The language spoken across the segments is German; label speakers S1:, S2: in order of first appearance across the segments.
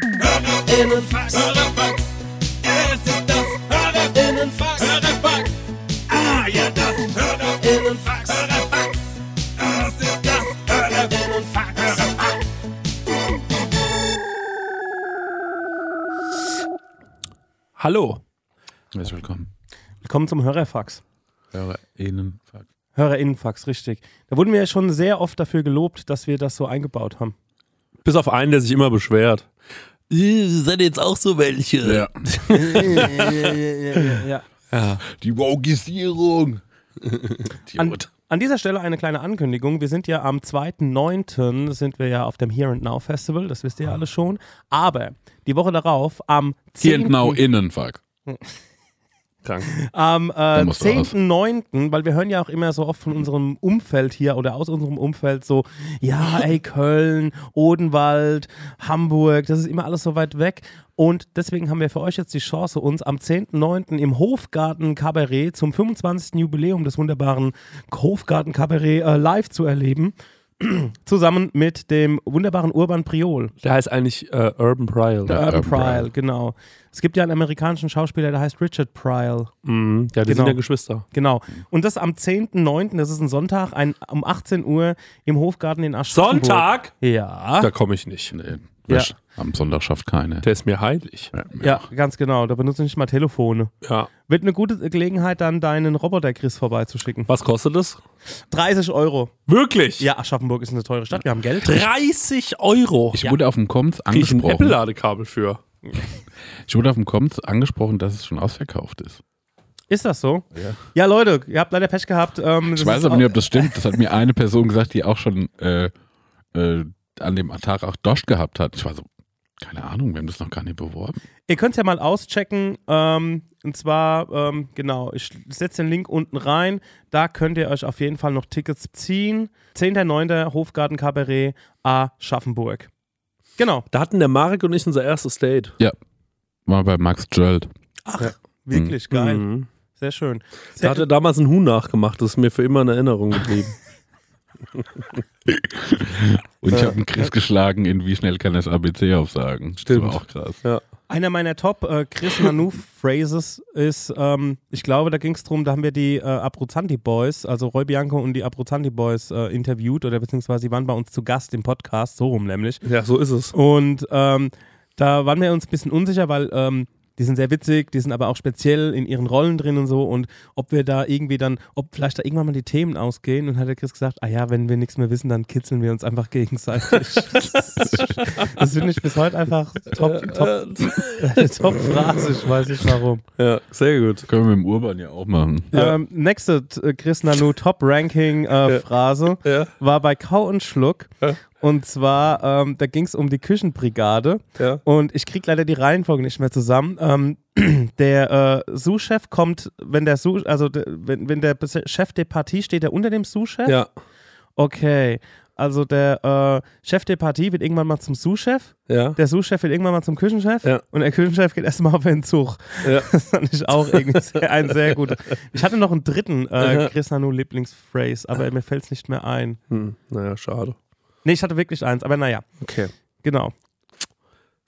S1: Hörerinnenfax. Hörerfax. Ja, es ist das Hörerinnenfax. Hörerfax. Ah, ja, das Hörerinnenfax. Hörerfax. Das ist das Hörerinnenfax. Hörerfax.
S2: Hallo,
S3: Herzlich willkommen.
S2: willkommen zum Hörerfax.
S3: HörerInnen. Fuck.
S2: Hörerinnenfax, richtig. Da wurden wir ja schon sehr oft dafür gelobt, dass wir das so eingebaut haben.
S4: Bis auf einen, der sich immer beschwert. Ihr seid jetzt auch so welche.
S3: Ja.
S2: Ja.
S3: Die Wogisierung.
S2: An, an dieser Stelle eine kleine Ankündigung. Wir sind ja am 2.9. sind wir ja auf dem Here and Now Festival, das
S4: Ah.
S2: wisst ihr ja alle schon. Aber die Woche darauf, am
S3: Hier und now
S2: 10.9.,
S3: innen, fuck.
S4: Krank.
S2: am, äh,
S3: musst du raus.
S2: 10.9., weil wir hören ja auch immer so oft von unserem Umfeld hier oder aus unserem Umfeld so, ja, ey, Köln, Odenwald, Hamburg, das ist immer alles so weit weg. Und deswegen haben wir für euch jetzt die Chance, uns am 10.9. im Hofgarten Cabaret zum 25. Jubiläum des wunderbaren Hofgarten Cabaret äh, live zu erleben. zusammen mit dem wunderbaren Urban Priol.
S4: Der heißt eigentlich äh, Urban Pryle.
S2: Der Urban
S3: Urban
S2: Priol,
S3: Priol.
S2: genau. Es gibt ja einen amerikanischen Schauspieler, der heißt Richard Priol.
S4: Mhm. Ja, die
S2: Genau.
S4: sind ja Geschwister.
S2: Genau. Und das am 10.9., das ist ein Sonntag, ein, um 18 Uhr im Hofgarten in Aschaffenburg. Ja.
S4: Da komme ich nicht.
S3: Nee.
S2: Ja.
S3: Am Sonntag schafft keiner.
S4: Der ist mir heilig.
S2: Ja, ganz genau. Da benutze ich nicht mal Telefone.
S4: Ja.
S2: Wird eine gute Gelegenheit, dann deinen Roboter Chris vorbeizuschicken.
S4: Was kostet das?
S2: 30 Euro.
S4: Wirklich?
S2: Ja, Aschaffenburg ist eine teure Stadt. Wir haben Geld.
S4: 30 Euro.
S3: Ich wurde auf dem Komms
S4: Krieg ich ein
S3: angesprochen.
S4: Apple-Ladekabel für.
S3: Ich wurde auf dem Komms angesprochen, dass es schon ausverkauft ist.
S2: Ist das so? Ja. Ja, Leute, ihr habt leider Pech gehabt. Ähm, das
S3: Ich weiß
S2: ist
S3: aber
S2: au-
S3: nicht, ob das stimmt. Das hat mir eine Person gesagt, die auch schon äh, äh, an dem Tag auch Dosch gehabt hat. Ich war so, keine Ahnung, wir haben das noch gar nicht beworben.
S2: Ihr könnt es ja mal auschecken. Ähm, und zwar, ähm, genau, ich setze den Link unten rein. Da könnt ihr euch auf jeden Fall noch Tickets ziehen. 10.9. Hofgarten Cabaret A. Schaffenburg. Genau.
S4: Da hatten der Marek und ich unser erstes Date.
S3: War bei Max Gerald.
S2: Wirklich geil.
S4: Mhm.
S2: Sehr schön.
S4: Da
S2: Sehr,
S4: hat er damals ein Huhn nachgemacht. Das ist mir für immer in Erinnerung geblieben.
S3: Und ich habe einen Chris geschlagen in Wie schnell kann das ABC aufsagen.
S4: Stimmt.
S3: Das war auch krass.
S4: ja.
S2: einer meiner Top äh, Chris Manu Phrases ist, ähm, ich glaube, da ging es drum, da haben wir die äh, Abruzzanti Boys, also Roy Bianco und die Abruzzanti Boys äh, interviewt oder beziehungsweise sie waren bei uns zu Gast im Podcast, so rum nämlich.
S4: ja, so ist es.
S2: Und ähm, da waren wir uns ein bisschen unsicher, weil ähm, die sind sehr witzig, die sind aber auch speziell in ihren Rollen drin und so. Und ob wir da irgendwie dann, ob vielleicht da irgendwann mal die Themen ausgehen. Und hat der Chris gesagt, ah ja, wenn wir nichts mehr wissen, dann kitzeln wir uns einfach gegenseitig. das finde ich bis heute einfach
S4: Äh,
S2: top, top, top Phrase, ich weiß nicht warum.
S4: Ja, sehr gut.
S3: Das können wir mit dem Urban ja auch machen.
S4: Ja.
S2: Ähm, nächste äh, Chris Nanu Top Ranking äh,
S4: Ja.
S2: Phrase
S4: Ja,
S2: war bei Kau und Schluck.
S4: Ja.
S2: Und zwar, ähm, da ging es um die Küchenbrigade.
S4: ja.
S2: Und ich krieg leider die Reihenfolge nicht mehr zusammen. Ähm, der äh, Sous-Chef kommt, wenn der Sous, also de, wenn, wenn der Bes- Chef der Partie steht, der unter dem Sous-Chef?
S4: Ja,
S2: Okay. Also der äh, Chef der Partie wird irgendwann mal zum Sous-Chef,
S4: ja.
S2: der Sous-Chef wird irgendwann mal zum Küchenchef
S4: Ja.
S2: und der Küchenchef geht erstmal auf den Zug.
S4: Ja.
S2: Das fand ich auch irgendwie sehr, ein sehr gut. Ich hatte noch einen dritten äh, Chris Nanu Lieblingsphrase, aber mir fällt es nicht mehr ein.
S4: Hm, naja, schade.
S2: Nee, ich hatte wirklich eins, aber naja,
S4: Okay.
S2: genau.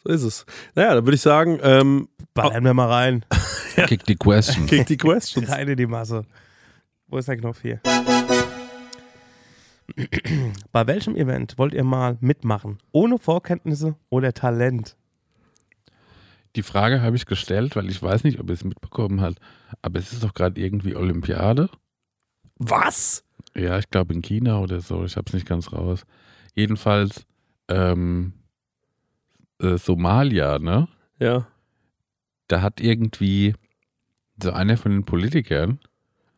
S4: So ist es. Naja, dann würde ich sagen, ähm,
S2: Ballern wir mal rein.
S3: Kick die Question.
S4: kick die Questions.
S2: Rein in die Masse. Wo ist der Knopf hier? Bei welchem Event wollt ihr mal mitmachen? Ohne Vorkenntnisse oder Talent?
S3: Die Frage habe ich gestellt, weil ich weiß nicht, ob ihr es mitbekommen habt, aber es ist doch gerade irgendwie Olympiade.
S4: Was?
S3: Ja, ich glaube in China oder so. Ich habe es nicht ganz raus. Jedenfalls ähm, äh, Somalia, ne?
S4: Ja.
S3: Da hat irgendwie so einer von den Politikern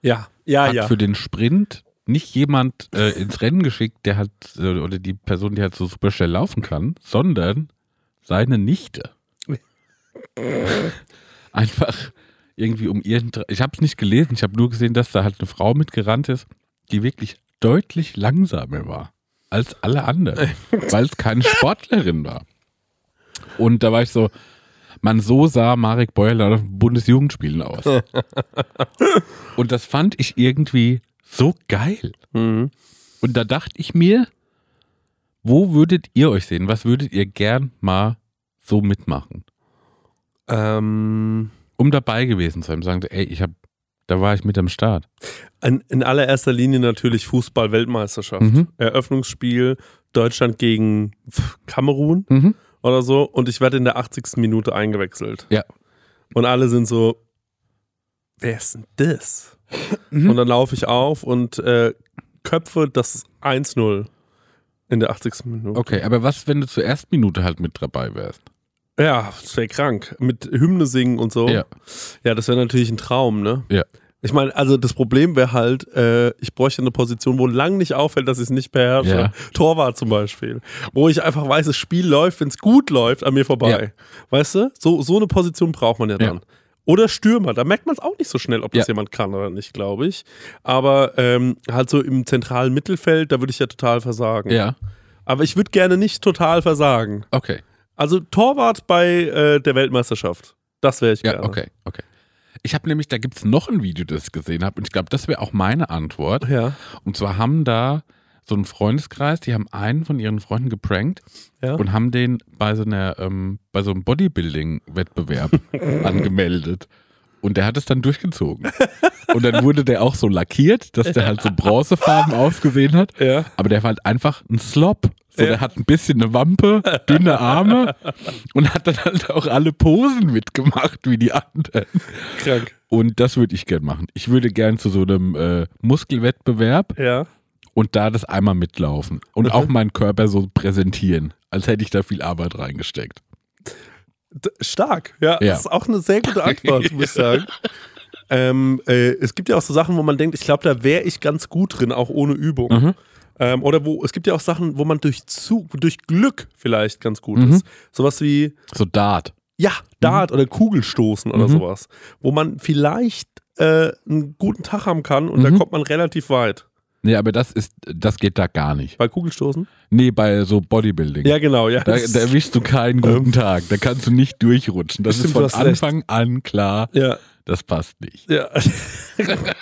S4: Ja, ja,
S3: hat
S4: ja.
S3: für den Sprint nicht jemand äh, ins Rennen geschickt, der hat äh, oder die Person, die halt so super schnell laufen kann, sondern seine Nichte. Einfach irgendwie um ihren. Tra- Ich habe es nicht gelesen, ich habe nur gesehen, dass da halt eine Frau mitgerannt ist, die wirklich deutlich langsamer war als alle anderen, weil es keine Sportlerin war. Und da war ich so, man, so sah Marek Beuerler auf den Bundesjugendspielen aus. Und das fand ich irgendwie so geil.
S4: Mhm.
S3: Und da dachte ich mir, Wo würdet ihr euch sehen? Was würdet ihr gern mal so mitmachen?
S4: Ähm,
S3: Um dabei gewesen zu sein, sagen, ey, ich hab, da war ich mit am Start.
S4: in, in allererster Linie natürlich Fußball-Weltmeisterschaft.
S3: Mhm.
S4: Eröffnungsspiel Deutschland gegen pff, Kamerun
S3: Mhm.
S4: oder so. Und ich werde in der 80. Minute eingewechselt.
S3: Ja.
S4: Und alle sind so, wer ist denn das?
S3: Mhm.
S4: Und dann laufe ich auf und äh, köpfe das 1-0 in der 80. Minute.
S3: Okay, aber was, wenn du zur ersten Minute halt mit dabei wärst?
S4: Ja, das wäre krank. Mit Hymne singen und so.
S3: Ja.
S4: Ja, das wäre natürlich ein Traum, ne?
S3: Ja.
S4: Ich meine, also das Problem wäre halt, äh, ich bräuchte eine Position, wo lang nicht auffällt, dass ich es nicht beherrsche.
S3: Ja.
S4: Torwart zum Beispiel. Wo ich einfach weiß, das Spiel läuft, wenn es gut läuft, an mir vorbei. Weißt du? So, so eine Position braucht man ja
S3: Ja.
S4: dann. Oder Stürmer, da merkt man es auch nicht so schnell, ob
S3: Ja.
S4: das jemand kann oder nicht, glaube ich. Aber ähm, halt so im zentralen Mittelfeld, da würde ich ja total versagen.
S3: Ja.
S4: Aber ich würde gerne nicht total versagen.
S3: Okay.
S4: Also Torwart bei äh, der Weltmeisterschaft. Das wäre ich
S3: Ja,
S4: gerne.
S3: okay, okay. Ich habe nämlich, da gibt es noch ein Video, das ich gesehen habe, und ich glaube, das wäre auch meine Antwort.
S4: Ja,
S3: Und zwar haben da so einen Freundeskreis, die haben einen von ihren Freunden geprankt
S4: ja.
S3: und haben den bei so einer, ähm, bei so einem Bodybuilding-Wettbewerb angemeldet. Und der hat es dann durchgezogen. Und dann wurde der auch so lackiert, dass der halt so bronzefarben ausgesehen hat.
S4: ja.
S3: Aber der war halt einfach ein Slop. So,
S4: Ja.
S3: der hat ein bisschen eine Wampe, dünne Arme und hat dann halt auch alle Posen mitgemacht, wie die anderen.
S4: Krank.
S3: Und das würde ich gern machen. Ich würde gern zu so einem äh, Muskelwettbewerb
S4: Ja.
S3: und da das einmal mitlaufen und
S4: Mhm.
S3: auch meinen Körper so präsentieren, als hätte ich da viel Arbeit reingesteckt.
S4: D stark. Ja,
S3: Ja.
S4: das ist auch eine sehr gute Antwort, muss ich sagen. Ähm, äh, es gibt ja auch so Sachen, wo man denkt, ich glaube, da wäre ich ganz gut drin, auch ohne Übung.
S3: Mhm.
S4: Ähm, oder wo, es gibt ja auch Sachen, wo man durch, zu, durch Glück vielleicht ganz gut
S3: Mhm.
S4: ist. Sowas wie,
S3: So Dart.
S4: ja, Dart
S3: Mhm.
S4: oder Kugelstoßen oder sowas. Wo man vielleicht äh, einen guten Tag haben kann und da
S3: Mhm.
S4: kommt man relativ weit.
S3: Nee, aber das ist, das geht da gar nicht.
S4: Bei Kugelstoßen?
S3: Nee, bei so Bodybuilding.
S4: Ja, genau, ja.
S3: Da, da erwischst du keinen guten Tag. Da kannst du nicht durchrutschen. Das
S4: Stimmt, du
S3: ist
S4: hast
S3: von
S4: recht.
S3: Anfang an klar,
S4: ja,
S3: das passt nicht.
S4: ja.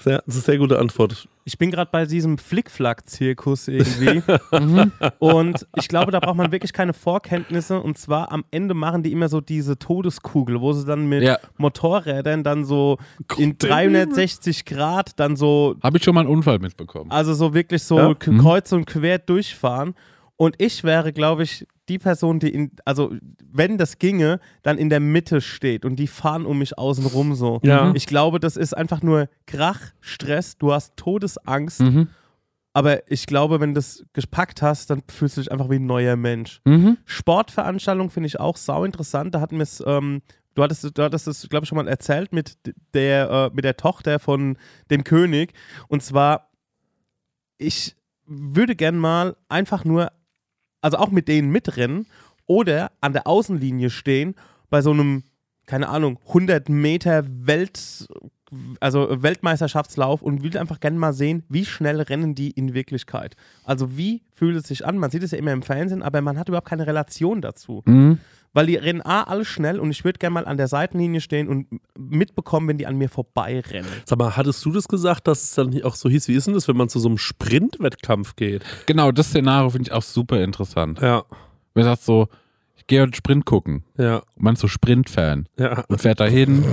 S4: sehr, das ist eine sehr gute Antwort.
S2: Ich bin gerade bei diesem Flickflack-Zirkus irgendwie. Mhm. und ich glaube, da braucht man wirklich keine Vorkenntnisse. Und zwar am Ende machen die immer so diese Todeskugel, wo sie dann mit
S3: Ja.
S2: Motorrädern dann so in
S4: Gott, der
S2: 360 Grad dann so,
S3: Habe ich schon mal einen Unfall
S4: Ah.
S3: mitbekommen.
S2: also so wirklich so
S4: Ja. mhm.
S2: k- kreuz und quer durchfahren. Und ich wäre, glaube ich, die Person, die in, also wenn das ginge, dann in der Mitte steht und die fahren um mich außen rum so.
S4: Ja.
S2: Ich glaube, das ist einfach nur Krach, Stress, du hast Todesangst.
S3: Mhm.
S2: Aber ich glaube, wenn du das gepackt hast, dann fühlst du dich einfach wie ein neuer Mensch.
S3: Mhm.
S2: Sportveranstaltungen finde ich auch sau interessant. Da hatten wir es, ähm, du hattest, du hattest es, glaube ich, schon mal erzählt mit der, äh, mit der Tochter von dem König. Und zwar, ich würde gern mal einfach nur, also auch mit denen mitrennen oder an der Außenlinie stehen bei so einem, keine Ahnung, 100 Meter Welt, also Weltmeisterschaftslauf und will einfach gerne mal sehen, wie schnell rennen die in Wirklichkeit. Also wie fühlt es sich an? Man sieht es ja immer im Fernsehen, aber man hat überhaupt keine Relation dazu.
S3: Mhm.
S2: Weil die rennen A, alle schnell und ich würde gerne mal an der Seitenlinie stehen und mitbekommen, wenn die an mir vorbeirennen.
S4: Sag mal, hattest du das gesagt, dass es dann auch so hieß, wie ist denn das, wenn man zu so einem Sprintwettkampf geht?
S3: Genau, das Szenario finde ich auch super interessant.
S4: Ja,
S3: Wer sagt so, ich gehe heute Sprint gucken.
S4: ja,
S3: Und man ist so Sprintfan
S4: ja.
S3: und fährt dahin,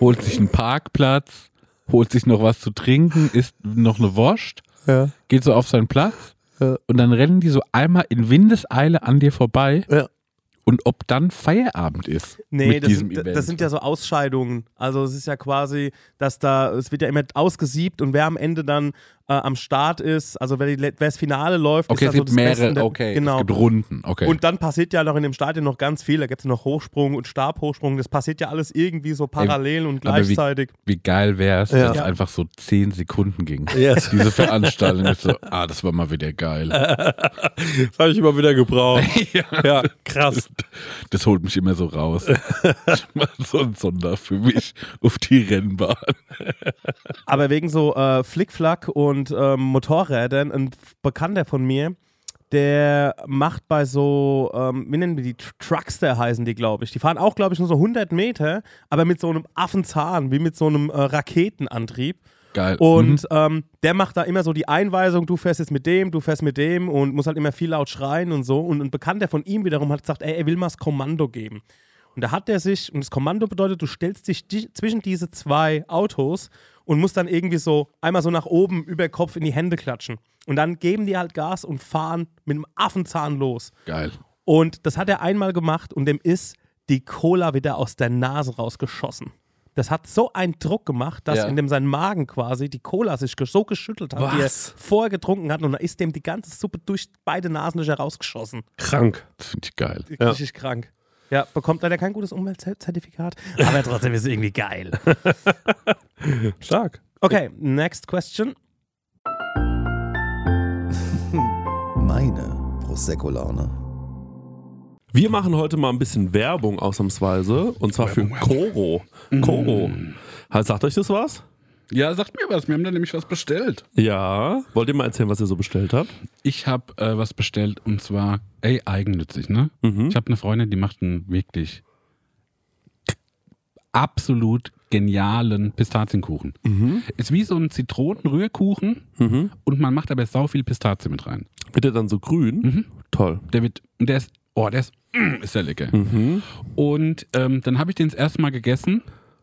S3: holt sich einen Parkplatz, holt sich noch was zu trinken, isst noch eine Wurst,
S4: Ja,
S3: geht so auf seinen Platz
S4: Ja.
S3: und dann rennen die so einmal in Windeseile an dir vorbei.
S4: Ja.
S3: Und ob dann Feierabend ist
S2: Nee,
S3: mit
S2: das,
S3: diesem
S2: sind,
S3: Event. ne?
S2: das sind ja so Ausscheidungen. Also es ist ja quasi, dass da, es wird ja immer ausgesiebt und wer am Ende dann äh, am Start ist, also wer, die, wer das Finale läuft,
S3: okay,
S2: ist
S3: es
S2: dann
S3: gibt
S2: so das
S3: mehrere,
S2: Beste.
S3: okay,
S2: genau.
S3: es gibt Runden, okay.
S2: Und dann passiert ja noch in dem Stadion noch ganz viel. Da gibt es noch Hochsprung und Stabhochsprung. Das passiert ja alles irgendwie so parallel und
S3: aber wie-
S2: gleichzeitig.
S3: Wie geil wäre es, wenn es
S2: Ja.
S3: einfach so 10 Sekunden ging.
S4: Yes.
S3: Diese Veranstaltung ist so, ah, das war mal wieder geil.
S4: das habe ich immer wieder gebraucht. Ja, krass.
S3: Das holt mich immer so raus. Mal so ein Sonder für mich auf die Rennbahn.
S2: Aber wegen so äh, Flickflack und ähm, Motorrädern, ein Bekannter von mir, der macht bei so, ähm, wie nennen wir die, Tr- Truckster heißen die, glaube ich. Die fahren auch, glaube ich, nur so 100 Meter, aber mit so einem Affenzahn, wie mit so einem äh, Raketenantrieb.
S3: Geil.
S2: Und ähm, der macht da immer so die Einweisung, du fährst jetzt mit dem, du fährst mit dem und muss halt immer viel laut schreien und so. Und ein Bekannter von ihm wiederum hat gesagt, ey, er will mal das Kommando geben. Und da hat er sich, und das Kommando bedeutet, du stellst dich di zwischen diese zwei Autos und musst dann irgendwie so einmal so nach oben über Kopf in die Hände klatschen. Und dann geben die halt Gas und fahren mit einem Affenzahn los.
S3: Geil.
S2: Und das hat er einmal gemacht und dem ist die Cola wieder aus der Nase rausgeschossen. Das hat so einen Druck gemacht, dass
S3: Ja.
S2: in dem sein Magen quasi die Cola sich ge- so geschüttelt hat, die er
S4: Was?
S2: vorher getrunken hat. Und da ist dem die ganze Suppe durch beide Nasen durch herausgeschossen.
S4: Krank.
S3: Das finde ich geil.
S4: Ja.
S2: Richtig krank. Ja, bekommt leider kein gutes Umweltzertifikat, aber trotzdem ist es irgendwie geil.
S4: Stark.
S2: Okay, next question.
S5: Meine Prosecco-Laune.
S4: Wir machen heute mal ein bisschen Werbung ausnahmsweise. Und zwar für Koro. Koro. Ha, Sagt euch das was?
S3: Ja, sagt mir was. Wir haben da nämlich was bestellt.
S4: Ja. Wollt ihr mal erzählen, was ihr so bestellt habt?
S3: Ich habe äh, was bestellt und zwar, ey, eigennützig, ne? Ich habe eine Freundin, die macht einen wirklich absolut genialen Pistazienkuchen. Ist wie so ein Zitronenrührkuchen
S4: Mhm.
S3: und man macht aber sau viel Pistazien mit rein.
S4: Bitte dann so grün. Toll.
S3: Der wird, und der ist, oh, der ist, mm, ist der lecker.
S2: Mhm.
S3: Und ähm, dann habe ich den das erste Mal gegessen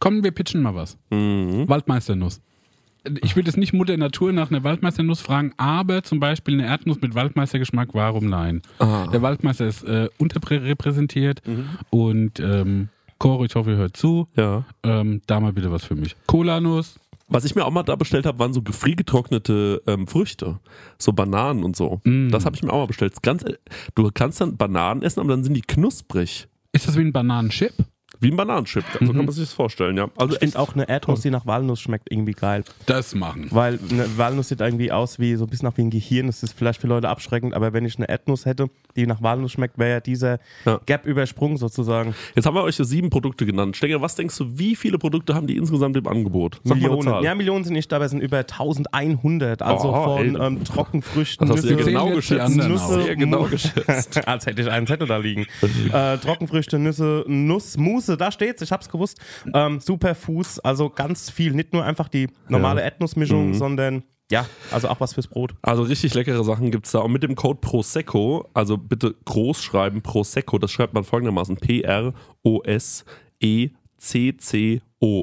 S3: Komm, wir pitchen mal was. Waldmeisternuss. Ich will jetzt nicht Mutter Natur nach einer Waldmeisternuss fragen, aber zum Beispiel eine Erdnuss mit Waldmeistergeschmack, warum nein? Der Waldmeister ist äh, unterrepräsentiert und ähm, Coro, ich hoffe, ihr hört zu.
S4: Ja.
S3: Ähm, da mal bitte was für mich. Kolanuss.
S4: Was ich mir auch mal da bestellt habe, waren so gefriergetrocknete ähm, Früchte. So Bananen und so.
S2: Mm.
S4: Das habe ich mir auch mal bestellt. Ganz, äh, du kannst dann Bananen essen, aber dann sind die knusprig.
S3: Ist das wie ein Bananenchip?
S4: Wie ein Bananenchip. So kann man sich das vorstellen, ja. Also
S2: Mhm. Ich finde
S4: echt
S2: auch eine Erdnuss, die nach Walnuss schmeckt, irgendwie geil.
S3: Das machen.
S2: Weil eine Walnuss sieht irgendwie aus wie so ein bisschen nach wie ein Gehirn. Das ist vielleicht für Leute abschreckend, aber wenn ich eine Erdnuss hätte, die nach Walnuss schmeckt, wäre ja dieser
S4: Ja.
S2: Gap übersprungen sozusagen.
S4: Jetzt haben wir euch so sieben Produkte genannt. Stenger, was denkst du, wie viele Produkte haben die insgesamt im Angebot? Sag mal eine
S2: Millionen.
S4: Zahl.
S2: Ja, Millionen sind nicht, aber es sind über 1100. Also
S4: Oh,
S2: von
S4: ey.
S2: ähm, Trockenfrüchten,
S4: Das hast du
S3: Wir
S4: ja
S3: sehen
S4: genau
S3: jetzt die
S4: geschätzt.
S3: anderen
S4: Nüsse,
S2: aus.
S4: Sehr genau
S2: Mu-
S4: geschätzt.
S2: als hätte ich einen Zettel da liegen. äh, Trockenfrüchte, Nüsse, Nussmuse du, da steht's, ich hab's gewusst. Ähm, Superfuß, also ganz viel, nicht nur einfach die normale Erdnussmischung, sondern ja, also auch was fürs Brot.
S4: Also richtig leckere Sachen gibt es da. Und mit dem Code Prosecco, also bitte groß schreiben, Prosecco, das schreibt man folgendermaßen: E P-R-O-S-E-C-C-O.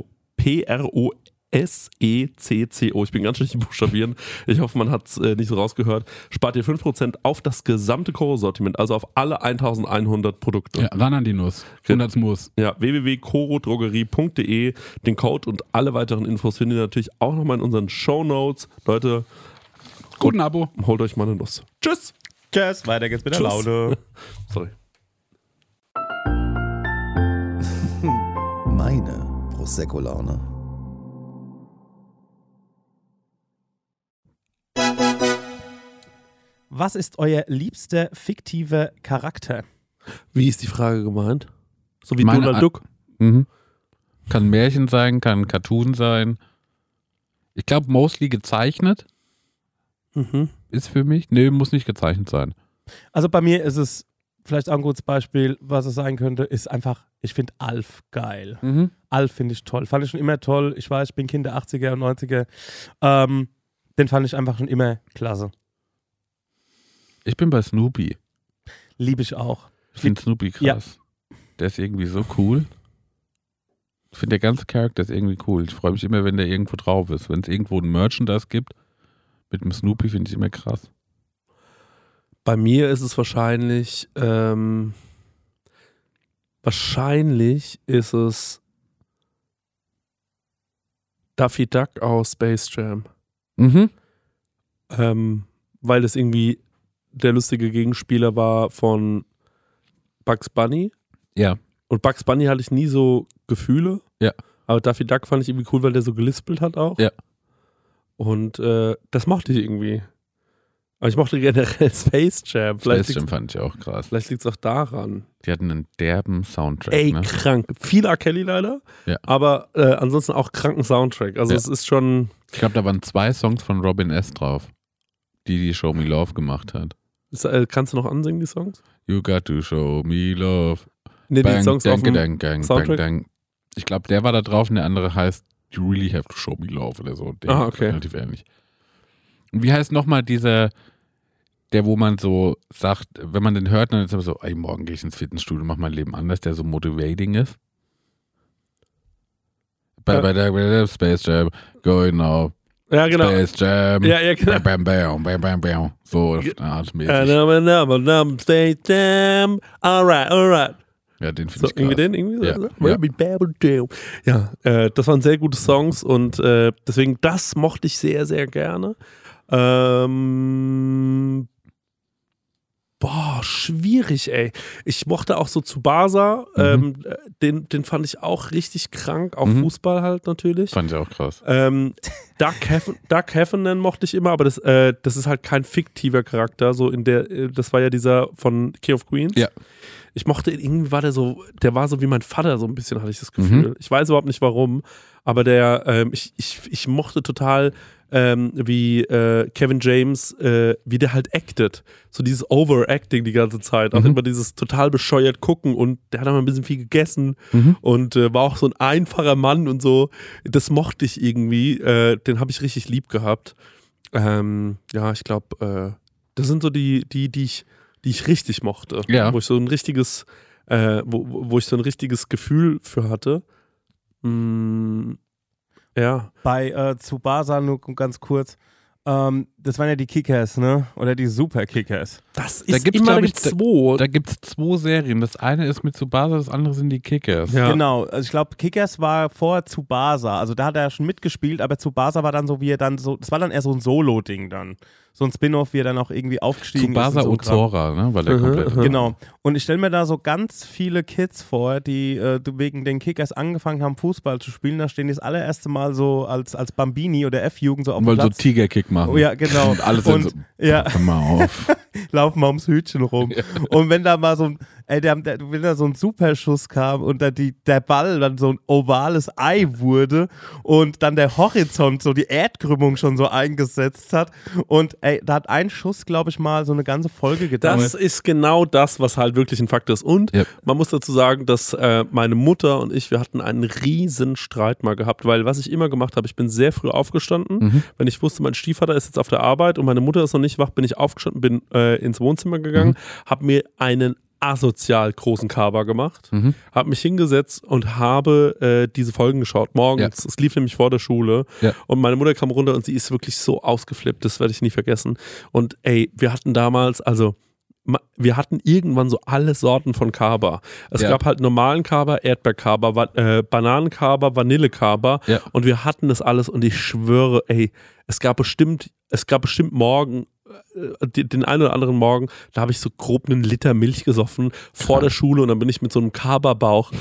S4: E P-R-O-S-E-C-C-O. Ich bin ganz schlecht im Buchstabieren. Ich hoffe, man hat es äh, nicht so rausgehört. Spart ihr 5% auf das gesamte Koro-Sortiment, also auf alle 1100 Produkte.
S3: Ja, ran an die Nuss. Und als Moos.
S4: Ja, www.corodrogerie.de. Den Code und alle weiteren Infos findet ihr natürlich auch nochmal in unseren Show Notes. Leute,
S3: Guten Abo.
S4: holt euch mal eine Nuss. Tschüss!
S2: Tschüss, weiter geht's mit der
S4: Tschüss.
S2: Laune.
S4: Sorry.
S5: Meine Prosecco-Laune.
S2: Was ist euer liebster fiktiver Charakter?
S4: Wie ist die Frage gemeint? So wie
S3: Meine
S4: Donald
S3: An-
S4: Duck?
S3: Mhm. Kann ein Märchen sein, kann ein Cartoon sein. Ich glaube, mostly gezeichnet
S4: Mhm.
S3: ist für mich. Nee, muss nicht gezeichnet sein.
S2: Also bei mir ist es vielleicht auch ein gutes Beispiel, was es sein könnte, ist einfach, ich finde Alf geil. Alf finde ich toll. Fand ich schon immer toll. Ich weiß, ich bin Kind der 80er und 90er. Ähm, den fand ich einfach schon immer klasse.
S3: Ich bin bei Snoopy.
S2: Liebe ich auch.
S3: Ich finde Snoopy krass. Der ist irgendwie so cool. Ich finde, der ganze Charakter ist irgendwie cool. Ich freue mich immer, wenn der irgendwo drauf ist. Wenn es irgendwo ein Merchandise gibt, mit dem Snoopy finde ich immer krass.
S4: Bei mir ist es wahrscheinlich, ähm, wahrscheinlich ist es Daffy Duck aus Space Jam.
S3: Mhm.
S4: Ähm, weil das irgendwie der lustige Gegenspieler war von Bugs Bunny.
S3: Ja.
S4: Und Bugs Bunny hatte ich nie so Gefühle.
S3: Ja.
S4: Aber Daffy Duck fand ich irgendwie cool, weil der so gelispelt hat auch.
S3: Ja.
S4: Und äh, das mochte ich irgendwie. Aber ich mochte generell Space Jam. Vielleicht
S3: Space Jam
S4: liegt's-
S3: fand ich auch krass.
S4: Vielleicht liegt es auch daran.
S3: Die hatten einen derben Soundtrack.
S4: Ey,
S3: ne?
S4: krank. Viel R. Kelly leider.
S3: Ja.
S4: Aber äh, ansonsten auch kranken Soundtrack. Also
S3: Ja.
S4: es ist schon.
S3: Ich glaube, da waren zwei Songs von Robin S. drauf, die die Show Me Love gemacht hat.
S4: Ist, äh, kannst du noch ansingen, die Songs?
S3: You got to show me love.
S4: Nee, die Songs
S3: dang,
S4: auf dem,
S3: dang, dang,
S4: Soundtrack?
S3: dang, dang. Ich glaube, der war da drauf und der andere heißt You really have to show me love oder so. Der
S4: Ah,
S3: ist
S4: okay.
S3: Relativ ähnlich. Und wie heißt nochmal dieser, der, wo man so sagt, wenn man den hört, dann ist immer so, ey, morgen gehe ich ins Fitnessstudio, mach mein Leben anders, der so motivating ist. Bei,
S4: Ja.
S3: bei der bei der Space Jam, going now,
S4: Ja, genau.
S3: Space Jam.
S4: Ja, ja, genau.
S3: Bam, bam, bam, bam, bam, bam. So auf eine Art
S4: Ah,
S3: mäßig.
S4: na, na, na, na, na, Space Jam. Alright, alright.
S3: Ja, den finde
S4: So,
S3: ich krass.
S4: irgendwie den, irgendwie so.
S3: Ja,
S4: so.
S3: ja.
S4: Baby, baby, jam. ja äh, das waren sehr gute Songs und äh, deswegen, das mochte ich sehr, sehr gerne. Ähm, boah, schwierig, ey. Ich mochte auch so Tsubasa, ähm, äh, den, den fand ich auch richtig krank, auch
S3: Mhm.
S4: Fußball halt natürlich.
S3: Fand ich auch krass.
S4: Ähm, Doug, Heffen, Doug Heffernan mochte ich immer, aber das, äh, das ist halt kein fiktiver Charakter. So in der, äh, das war ja dieser von King of Queens.
S3: Ja.
S4: Ich mochte ihn, irgendwie war der so, der war so wie mein Vater, so ein bisschen, hatte ich das Gefühl.
S3: Mhm.
S4: Ich weiß überhaupt nicht warum, aber der, ähm, ich, ich, ich mochte total, ähm, wie äh, Kevin James, äh, wie der halt acted. So dieses Overacting die ganze Zeit. Auch
S3: Mhm.
S4: immer dieses total bescheuert gucken und der hat auch mal ein bisschen viel gegessen
S3: Mhm.
S4: und äh, war auch so ein einfacher Mann und so. Das mochte ich irgendwie. Äh, den habe ich richtig lieb gehabt. Ähm, ja, ich glaube, äh, das sind so die, die, die ich, die ich richtig mochte.
S3: Ja.
S4: Wo ich so ein richtiges, äh, wo, wo ich so ein richtiges Gefühl für hatte. Mm, ja.
S2: Bei äh, Tsubasa nur ganz kurz. Ähm, das waren ja die Kickers, ne? Oder die Super-Kickers.
S4: Das ist
S3: Da gibt's,
S4: immer
S3: glaub
S4: die
S3: ich, da-
S4: zwei.
S3: Da gibt es zwei Serien. Das eine ist mit Tsubasa, das andere sind die Kickers.
S4: ja.
S2: Genau, also ich glaube, Kickers war vor Tsubasa. Also da hat er schon mitgespielt, aber Tsubasa war dann so, wie er dann so, das war dann eher so ein Solo-Ding dann. So ein Spin-off, wie er dann auch irgendwie aufgestiegen
S3: Tsubasa
S2: ist. und so ein Kram.
S3: Ozora, ne? Weil der
S4: Mhm,
S3: komplette.
S4: mhm.
S2: Genau. Und ich stelle mir da so ganz viele Kids vor, die äh, wegen den Kickers angefangen haben, Fußball zu spielen. Da stehen die das allererste Mal so als, als Bambini oder F-Jugend so auf dem
S3: Wollen so
S2: Platz.
S3: Tigerkick machen.
S2: Oh ja, genau.
S3: Und alles sind
S2: und,
S3: so,
S2: ja,
S3: hör mal auf.
S2: laufen mal ums Hütchen rum. Und wenn da mal so ein Ey, der, der, wenn da so ein Superschuss kam und dann die, der Ball dann so ein ovales Ei wurde und dann der Horizont, so die Erdkrümmung schon so eingesetzt hat. Und ey, da hat ein Schuss, glaube ich, mal so eine ganze Folge gedauert.
S4: Das ist genau das, was halt wirklich ein Fakt ist. Und
S3: Ja.
S4: man muss dazu sagen, dass äh, meine Mutter und ich, wir hatten einen riesen Streit mal gehabt, weil was ich immer gemacht habe, ich bin sehr früh aufgestanden, wenn ich wusste, mein Stiefvater ist jetzt auf der Arbeit und meine Mutter ist noch nicht wach, bin ich aufgestanden, bin äh, ins Wohnzimmer gegangen, habe mir einen asozial großen Kaba gemacht, habe mich hingesetzt und habe äh, diese Folgen geschaut, morgens.
S3: Ja.
S4: Es lief nämlich vor der Schule
S3: Ja.
S4: und meine Mutter kam runter und sie ist wirklich so ausgeflippt, das werde ich nie vergessen. Und ey, wir hatten damals, also ma- wir hatten irgendwann so alle Sorten von Kaba. Es
S3: Ja.
S4: gab halt normalen Kaba, Erdbeerkaba, Wa- äh, Bananenkaba, Vanillekaba
S3: Ja.
S4: und wir hatten das alles und ich schwöre, ey, es gab bestimmt, es gab bestimmt morgen äh, die- den einen oder anderen Morgen, da habe ich so grob einen Liter Milch gesoffen vor der Schule und dann bin ich mit so einem Kaberbauch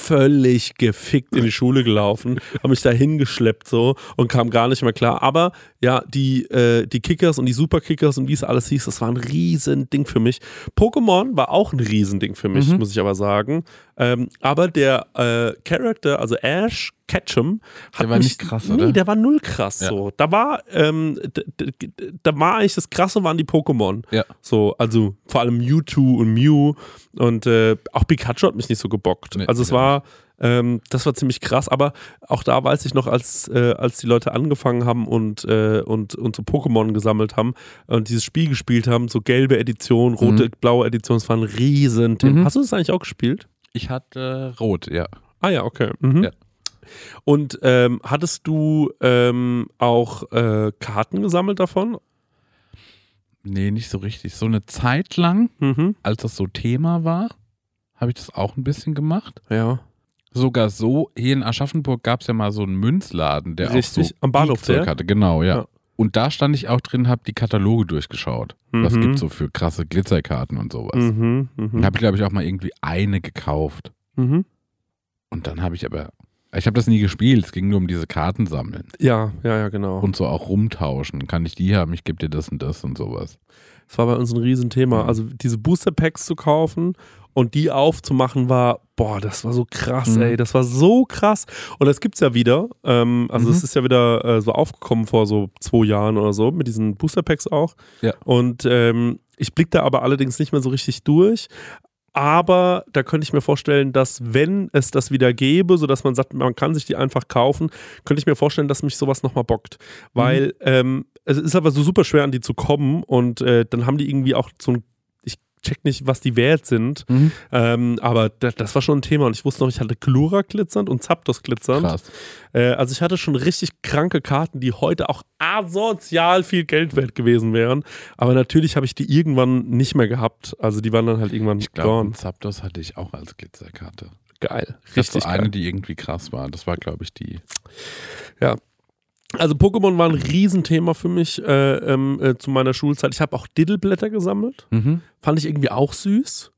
S4: völlig gefickt in die Schule gelaufen, habe mich da hingeschleppt so und kam gar nicht mehr klar. Aber ja, die, äh, die Kickers und die Superkickers und wie es alles hieß, das war ein Riesending für mich. Pokémon war auch ein Riesending für mich, muss ich aber sagen. Ähm, aber der äh, Charakter, also Ash Ketchum, hat
S3: war
S4: mich,
S3: nicht krass, oder?
S4: Nee, der war null krass
S3: Ja.
S4: so. Da war, ähm, d- d- d- da war eigentlich das Krasse waren die Pokémon.
S3: Ja.
S4: So, also vor allem Mewtwo und Mew und äh, auch Pikachu hat mich nicht so gebockt.
S3: Nee,
S4: also es
S3: ja.
S4: war, ähm, das war ziemlich krass, aber auch da weiß ich noch, als, äh, als die Leute angefangen haben und, äh, und, und so Pokémon gesammelt haben und dieses Spiel gespielt haben, so gelbe Edition, rote, blaue Edition, das war ein riesen
S3: Mhm.
S4: Hast du das eigentlich auch gespielt?
S3: Ich hatte rot, ja.
S4: Ah ja, okay. Mhm.
S3: Ja.
S4: Und ähm, hattest du ähm, auch äh, Karten gesammelt davon?
S3: Nee, nicht so richtig. So eine Zeit lang,
S4: Mhm.
S3: als das so Thema war, habe ich das auch ein bisschen gemacht.
S4: Ja.
S3: Sogar so, hier in Aschaffenburg gab es ja mal so einen Münzladen, der auch
S4: Richtig,
S3: so
S4: am Bahnhof,
S3: Geek-Zeug
S4: der?
S3: hatte. Genau, ja.
S4: Ja.
S3: Und da stand ich auch drin, habe die Kataloge durchgeschaut. Was
S4: Mhm.
S3: gibt so für krasse Glitzerkarten und sowas.
S4: Mhm, mhm.
S3: Und habe, glaube ich, auch mal irgendwie eine gekauft.
S4: Mhm.
S3: Und dann habe ich aber, ich habe das nie gespielt, es ging nur um diese Karten sammeln
S4: Ja, ja, ja, genau.
S3: und so auch rumtauschen. Kann ich die haben, ich gebe dir das und das und sowas.
S4: Das war bei uns ein Riesenthema. Also diese Booster Packs zu kaufen und die aufzumachen war, boah, das war so krass,
S3: Mhm.
S4: ey. Das war so krass. Und das gibt's ja wieder. Ähm, also
S3: Mhm.
S4: es ist ja wieder äh, so aufgekommen vor so zwei Jahren oder so mit diesen Booster Packs auch.
S3: Ja.
S4: Und ähm, ich blicke da aber allerdings nicht mehr so richtig durch. Aber da könnte ich mir vorstellen, dass wenn es das wieder gäbe, sodass man sagt, man kann sich die einfach kaufen, könnte ich mir vorstellen, dass mich sowas nochmal bockt. Weil ähm, es ist aber so super schwer, an die zu kommen und äh, dann haben die irgendwie auch so ein, ich check nicht, was die wert sind, ähm, aber da, das war schon ein Thema und ich wusste noch, ich hatte Glura glitzernd und Zapdos glitzernd.
S3: Krass.
S4: Äh, also ich hatte schon richtig kranke Karten, die heute auch asozial viel Geld wert gewesen wären. Aber natürlich habe ich die irgendwann nicht mehr gehabt. Also die waren dann halt irgendwann
S3: Ich glaube,
S4: gone.
S3: einen Zapdos hatte ich auch als Glitzerkarte.
S4: Geil.
S3: Das
S4: Richtig
S3: war eine,
S4: geil.
S3: die irgendwie krass war. Das war, glaube ich, die.
S4: Also Pokémon war ein Riesenthema für mich äh, ähm, äh, zu meiner Schulzeit. Ich habe auch Diddleblätter gesammelt. Fand ich irgendwie auch süß.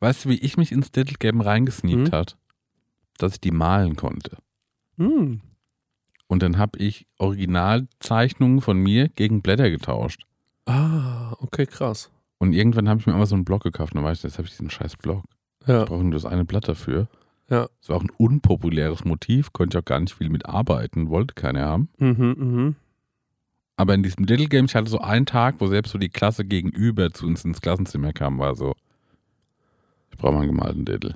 S3: Weißt du, wie ich mich ins Little Game reingesneakt
S4: Mhm.
S3: hat? Dass ich die malen konnte.
S4: Hm.
S3: Und dann habe ich Originalzeichnungen von mir gegen Blätter getauscht.
S4: Ah, okay, krass.
S3: Und irgendwann habe ich mir immer so einen Block gekauft. Und dann weiß ich, jetzt habe ich diesen scheiß Block.
S4: Ja.
S3: Ich brauche nur das eine Blatt dafür.
S4: Ja.
S3: Das war auch ein unpopuläres Motiv, konnte ich auch gar nicht viel mit arbeiten, wollte keine haben.
S4: Mhm, mhm.
S3: Aber in diesem Little Game, ich hatte so einen Tag, wo selbst so die Klasse gegenüber zu uns ins Klassenzimmer kam, war so, ich brauche mal einen gemalten Diddle.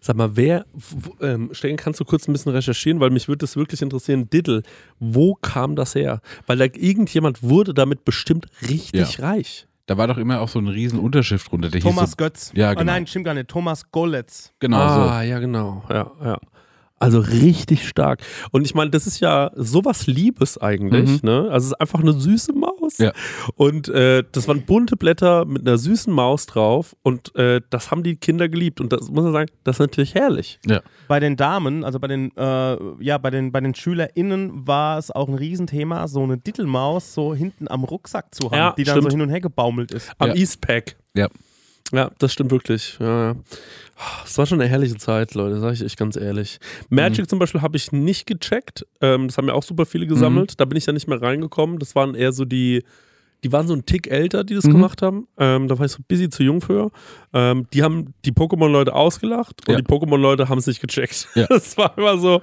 S4: Sag mal, wer, w- w- ähm, Stecken, kannst du kurz ein bisschen recherchieren, weil mich würde das wirklich interessieren. Diddle, wo kam das her? Weil da irgendjemand wurde damit bestimmt richtig reich.
S3: Da war doch immer auch so eine riesen Unterschrift runter. Der
S2: Thomas
S3: hieß so,
S2: Götz.
S3: Ja,
S2: Oh
S3: genau.
S2: nein, stimmt gar nicht. Thomas Golletz.
S3: genau
S4: ah, ja, genau. Ja, ja. Also richtig stark. Und ich meine, das ist ja sowas Liebes eigentlich. Ne? Also es ist einfach eine süße Maus.
S3: Mhm. Ja.
S4: Und äh, das waren bunte Blätter mit einer süßen Maus drauf. Und äh, das haben die Kinder geliebt. Und das muss man sagen, das ist natürlich herrlich.
S3: so. Ja.
S2: Bei den Damen, also bei den, äh, ja, bei den, bei den SchülerInnen war es auch ein Riesenthema, so eine Dittelmaus so hinten am Rucksack zu haben,
S4: Ja,
S2: die dann so
S4: stimmt.
S2: hin und her gebaumelt ist.
S4: Am
S3: Ja.
S4: Eastpack.
S3: ja.
S4: Ja, das stimmt wirklich. Ja, ja. Es war schon eine herrliche Zeit, Leute, sage ich euch ganz ehrlich.
S3: Mhm.
S4: Magic zum Beispiel habe ich nicht
S3: Mhm.
S4: gecheckt. Ähm, das haben ja auch super viele gesammelt. Da bin ich ja nicht mehr reingekommen. Das waren eher so die, die waren so einen Tick älter, die das
S3: Mhm.
S4: gemacht haben. Ähm, da war ich so ein bisschen zu jung für. Ähm, die haben die Pokémon-Leute ausgelacht und
S3: Ja.
S4: die Pokémon-Leute haben es nicht gecheckt.
S3: Ja.
S4: Das war immer so.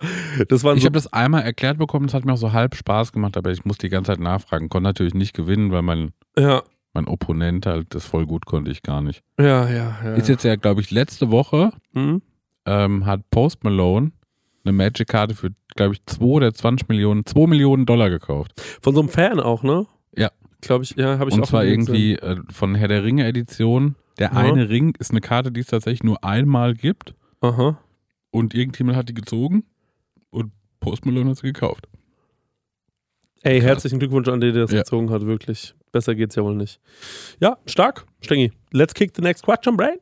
S4: Das waren
S3: Ich
S4: so
S3: habe das einmal erklärt bekommen, das hat mir auch so halb Spaß gemacht, aber ich musste die ganze Zeit nachfragen. Konnte natürlich nicht gewinnen, weil mein,
S4: ja,
S3: mein Opponent halt das voll gut konnte ich gar nicht.
S4: ja, ja. ja.
S3: Ist jetzt ja, glaube ich, letzte Woche
S4: Mhm.
S3: ähm, hat Post Malone eine Magic-Karte für, glaube ich, 2 oder 20 Millionen, 2 Millionen Dollar gekauft.
S4: Von so einem Fan auch, ne?
S3: Ja.
S4: Glaube ich, ja, habe ich
S3: Und
S4: auch
S3: zwar
S4: gesehen.
S3: irgendwie äh, von Herr der Ringe-Edition. Der
S4: Ja.
S3: eine Ring ist eine Karte, die es tatsächlich nur einmal gibt.
S4: Aha.
S3: Und irgendjemand hat die gezogen und Post Malone hat sie gekauft.
S4: Ey, herzlichen Glückwunsch an den, der das
S3: Ja.
S4: gezogen hat, wirklich. Besser geht's ja wohl nicht. Ja, stark, Stengi. Let's kick the next question, Brain.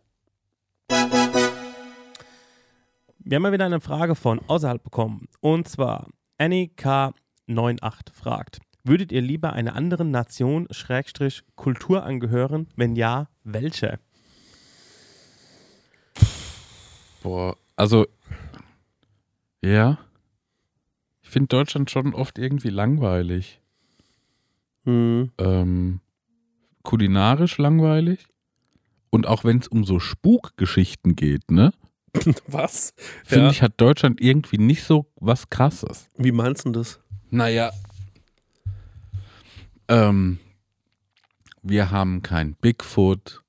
S2: Wir haben mal wieder eine Frage von außerhalb bekommen. Und zwar, Annie K98 fragt, würdet ihr lieber einer anderen Nation Schrägstrich Kultur angehören? Wenn ja, welche?
S3: Boah, also, ja. Ich finde Deutschland schon oft irgendwie langweilig.
S4: Mhm.
S3: Ähm, kulinarisch langweilig. Und auch wenn es um so Spukgeschichten geht, ne?
S4: Was?
S3: Finde
S4: Ja.
S3: ich, hat Deutschland irgendwie nicht so was Krasses.
S4: Wie meinst du das?
S3: Naja. Ähm, wir haben kein Bigfoot.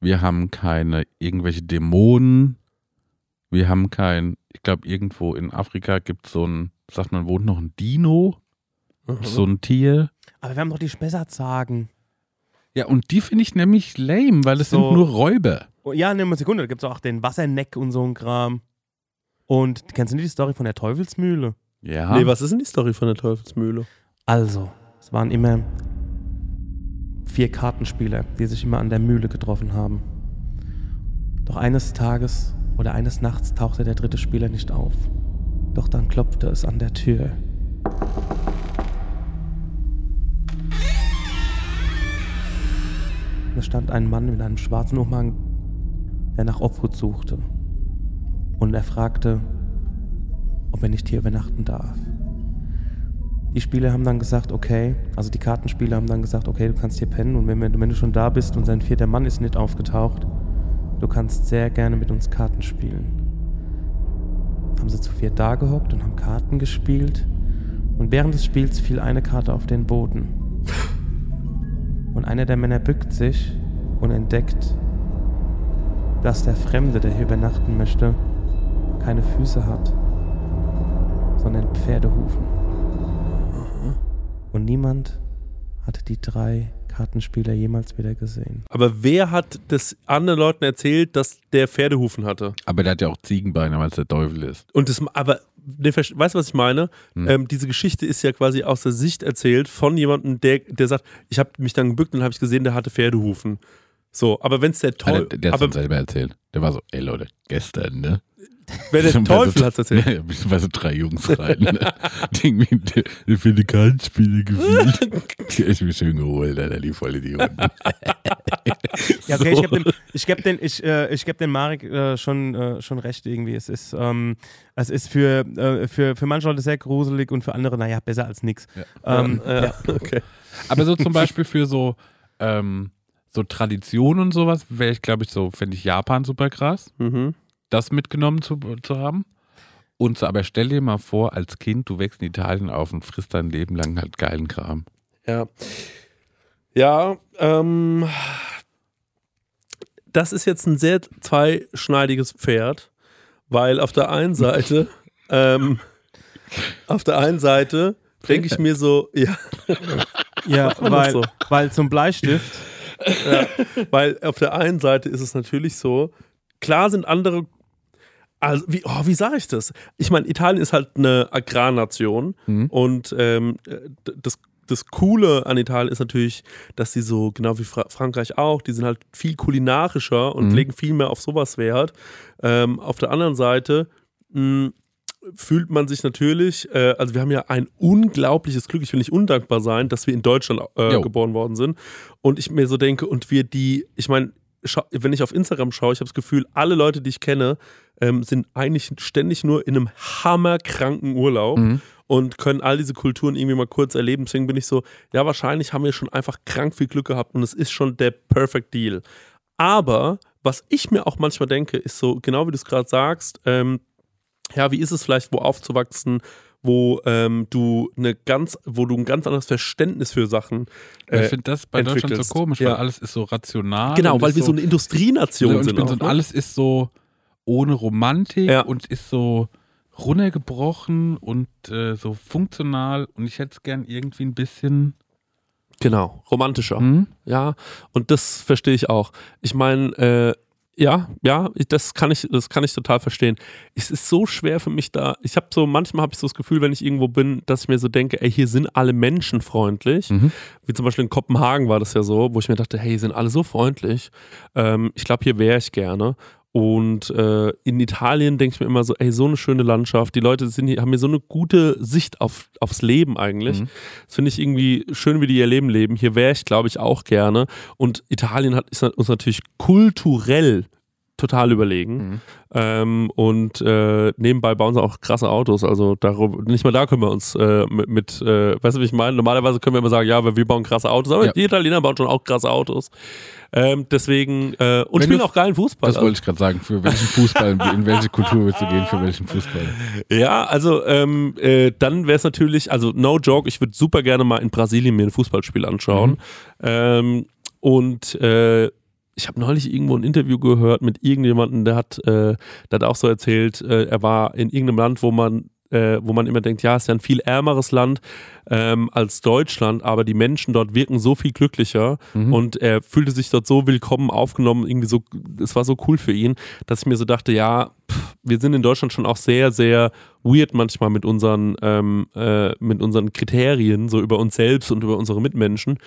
S3: Wir haben keine irgendwelche Dämonen. Wir haben kein, ich glaube, irgendwo in Afrika gibt es so ein, sagt man, wohnt noch ein Dino,
S4: Mhm.
S3: so ein Tier.
S2: Aber wir haben doch die Spessartzagen.
S3: Ja, und die finde ich nämlich lame, weil es
S2: So.
S3: sind nur Räuber.
S2: Oh, ja, nimm eine Sekunde, da gibt es auch den Wasserneck und so ein Kram. Und kennst du nicht die Story von der Teufelsmühle?
S3: Ja.
S4: Nee, was ist denn die Story von der Teufelsmühle?
S2: Also, es waren immer vier Kartenspieler, die sich immer an der Mühle getroffen haben. Doch eines Tages oder eines Nachts tauchte der dritte Spieler nicht auf. Doch dann klopfte es an der Tür. Da stand ein Mann mit einem schwarzen Umhang, der nach Obhut suchte. Und er fragte, ob er nicht hier übernachten darf. Die Spieler haben dann gesagt, okay, also die Kartenspieler haben dann gesagt, okay, du kannst hier pennen und wenn, wir- wenn du schon da bist und sein vierter Mann ist nicht aufgetaucht, du kannst sehr gerne mit uns Karten spielen. Haben sie zu viert da gehockt und haben Karten gespielt und während des Spiels fiel eine Karte auf den Boden. Und einer der Männer bückt sich und entdeckt, dass der Fremde, der hier übernachten möchte, keine Füße hat, sondern Pferdehufen. Und niemand hatte die drei Kartenspieler jemals wieder gesehen.
S4: Aber wer hat das anderen Leuten erzählt, dass der Pferdehufen hatte?
S3: Aber der hat ja auch Ziegenbeine, weil es der Teufel ist.
S4: Und das, aber, ne, verste- weißt du, was ich meine?
S3: Hm.
S4: Ähm, diese Geschichte ist ja quasi aus der Sicht erzählt von jemandem, der, der sagt, ich habe mich dann gebückt und habe ich gesehen, der hatte Pferdehufen. So, aber wenn es der
S3: Ah, Der,
S4: Teufel,
S3: der hat
S4: aber
S3: es selber erzählt. Der war so, ey Leute, gestern, ne?
S4: wenn der Teufel hat es erzählt,
S3: Ja, bei so drei Jungs rein. Ne? Die irgendwie der- der für die Kartenspiele gefühlt. Die ist mir schön geholt, Alter, die voll Idioten.
S2: Ja, okay, ich
S3: So.
S2: gebe dem, ich geb den, ich, äh, ich geb den Marek äh, schon, äh, schon recht irgendwie. Es ist, ähm, es ist für, äh, für, für manche Leute sehr gruselig und für andere, naja, besser als nichts. Ähm,
S4: Ja, okay.
S3: Aber so zum Beispiel für so, ähm, so Tradition und sowas wäre ich, glaube ich, so, fände ich Japan super krass,
S4: Mhm.
S3: das mitgenommen zu, zu haben. Und so, aber stell dir mal vor, als Kind, du wächst in Italien auf und frisst dein Leben lang halt geilen Kram.
S4: Ja. Ja, ähm, das ist jetzt ein sehr zweischneidiges Pferd, weil auf der einen Seite, ähm, auf der einen Seite denke ich mir so, ja,
S2: Ja,
S4: man
S2: weil,
S4: doch
S2: weil zum Bleistift,
S4: weil auf der einen Seite ist es natürlich so, klar sind andere, also wie, oh, wie sage ich das? Ich meine, Italien ist halt eine Agrarnation
S3: Mhm.
S4: und ähm, d- das, das Coole an Italien ist natürlich, dass sie so, genau wie Fra Frankreich auch, die sind halt viel kulinarischer und
S3: Mhm.
S4: legen viel mehr auf sowas Wert. Ähm, auf der anderen Seite mh, fühlt man sich natürlich, äh, also wir haben ja ein unglaubliches Glück, ich will nicht undankbar sein, dass wir in Deutschland äh,
S3: Jo.
S4: geboren worden sind. Und ich mir so denke, und wir die, ich meine, schau- wenn ich auf Instagram schaue, ich habe das Gefühl, alle Leute, die ich kenne, ähm, sind eigentlich ständig nur in einem hammerkranken Urlaub.
S3: Mhm.
S4: und können all diese Kulturen irgendwie mal kurz erleben. Deswegen bin ich so, ja, wahrscheinlich haben wir schon einfach krank viel Glück gehabt und es ist schon der Perfect Deal. Aber was ich mir auch manchmal denke, ist so, genau wie du es gerade sagst, ähm, ja, wie ist es vielleicht, wo aufzuwachsen, wo ähm, du eine ganz, wo du ein ganz anderes Verständnis für Sachen.
S3: ich
S4: Äh,
S3: finde das bei Deutschland so
S4: entwickelst.
S3: komisch,
S4: Ja.
S3: weil alles ist so rational.
S4: genau,
S3: und
S4: weil
S3: ist
S4: wir so eine Industrienation
S3: Also, und ich
S4: sind.
S3: bin so,
S4: auch,
S3: und
S4: ne?
S3: alles ist so ohne Romantik
S4: Ja.
S3: und ist so runtergebrochen und äh, so funktional und ich hätte es gern irgendwie ein bisschen.
S4: Genau, romantischer.
S3: Hm?
S4: Ja, und das verstehe ich auch. Ich meine, äh, ja, ja, ich- das kann ich, das kann ich total verstehen. Es ist so schwer für mich da. Ich habe so manchmal habe ich so das Gefühl, wenn ich irgendwo bin, dass ich mir so denke, ey, hier sind alle Menschen freundlich.
S3: Mhm.
S4: Wie zum Beispiel in Kopenhagen war das ja so, wo ich mir dachte, hey, hier sind alle so freundlich. Ähm, ich glaube, hier wäre ich gerne. Und äh, in Italien denke ich mir immer so, ey, so eine schöne Landschaft. Die Leute sind hier, haben hier so eine gute Sicht auf, aufs Leben eigentlich.
S3: Mhm.
S4: Das finde ich irgendwie schön, wie die ihr Leben leben. Hier wäre ich, glaube ich, auch gerne. Und Italien hat, ist uns natürlich kulturell total überlegen.
S3: Mhm.
S4: Ähm, und äh, nebenbei bauen sie auch krasse Autos. Also darum, nicht mal da können wir uns äh, mit, mit äh, weißt du, wie ich meine? Normalerweise können wir immer sagen, ja, aber wir bauen krasse Autos. Aber
S3: Ja.
S4: die Italiener bauen schon auch krasse Autos. Ähm, deswegen, äh, und
S3: Wenn
S4: spielen
S3: du-
S4: auch geilen Fußball.
S3: Das wollte ich gerade sagen. Für welchen Fußball, in welche Kultur willst du gehen, für welchen Fußball?
S4: Ja, also ähm, äh, dann wäre es natürlich, also no joke, ich würde super gerne mal in Brasilien mir ein Fußballspiel anschauen. Ähm, und äh, ich habe neulich irgendwo ein Interview gehört mit irgendjemandem, der hat, äh, der hat auch so erzählt, äh, er war in irgendeinem Land, wo man, äh, wo man immer denkt, ja, ist ja ein viel ärmeres Land ähm, als Deutschland, aber die Menschen dort wirken so viel glücklicher
S3: Mhm.
S4: und er fühlte sich dort so willkommen aufgenommen, irgendwie so, es war so cool für ihn, dass ich mir so dachte, ja, pff, wir sind in Deutschland schon auch sehr, sehr weird manchmal mit unseren, ähm, äh, mit unseren Kriterien, so über uns selbst und über unsere Mitmenschen.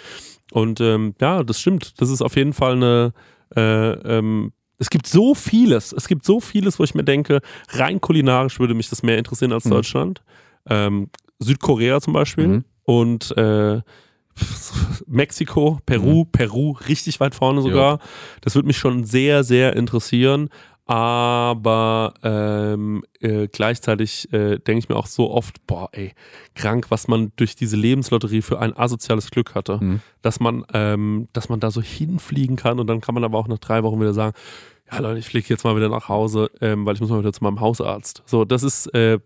S4: Und ähm, ja, das stimmt. Das ist auf jeden Fall eine. Äh, ähm, es gibt so vieles. Es gibt so vieles, wo ich mir denke, rein kulinarisch würde mich das mehr interessieren als
S3: Mhm.
S4: Deutschland. Ähm, Südkorea zum Beispiel
S3: Mhm.
S4: und äh, Mexiko, Peru, Peru richtig weit vorne sogar. Das würde mich schon sehr, sehr interessieren. Aber ähm, äh, gleichzeitig äh, denke ich mir auch so oft, boah, ey, krank, was man durch diese Lebenslotterie für ein asoziales Glück hatte.
S3: Mhm.
S4: Dass, man, ähm, dass man da so hinfliegen kann und dann kann man aber auch nach drei Wochen wieder sagen, ja Leute, ich fliege jetzt mal wieder nach Hause, ähm, weil ich muss mal wieder zu meinem Hausarzt. So, das ist, äh,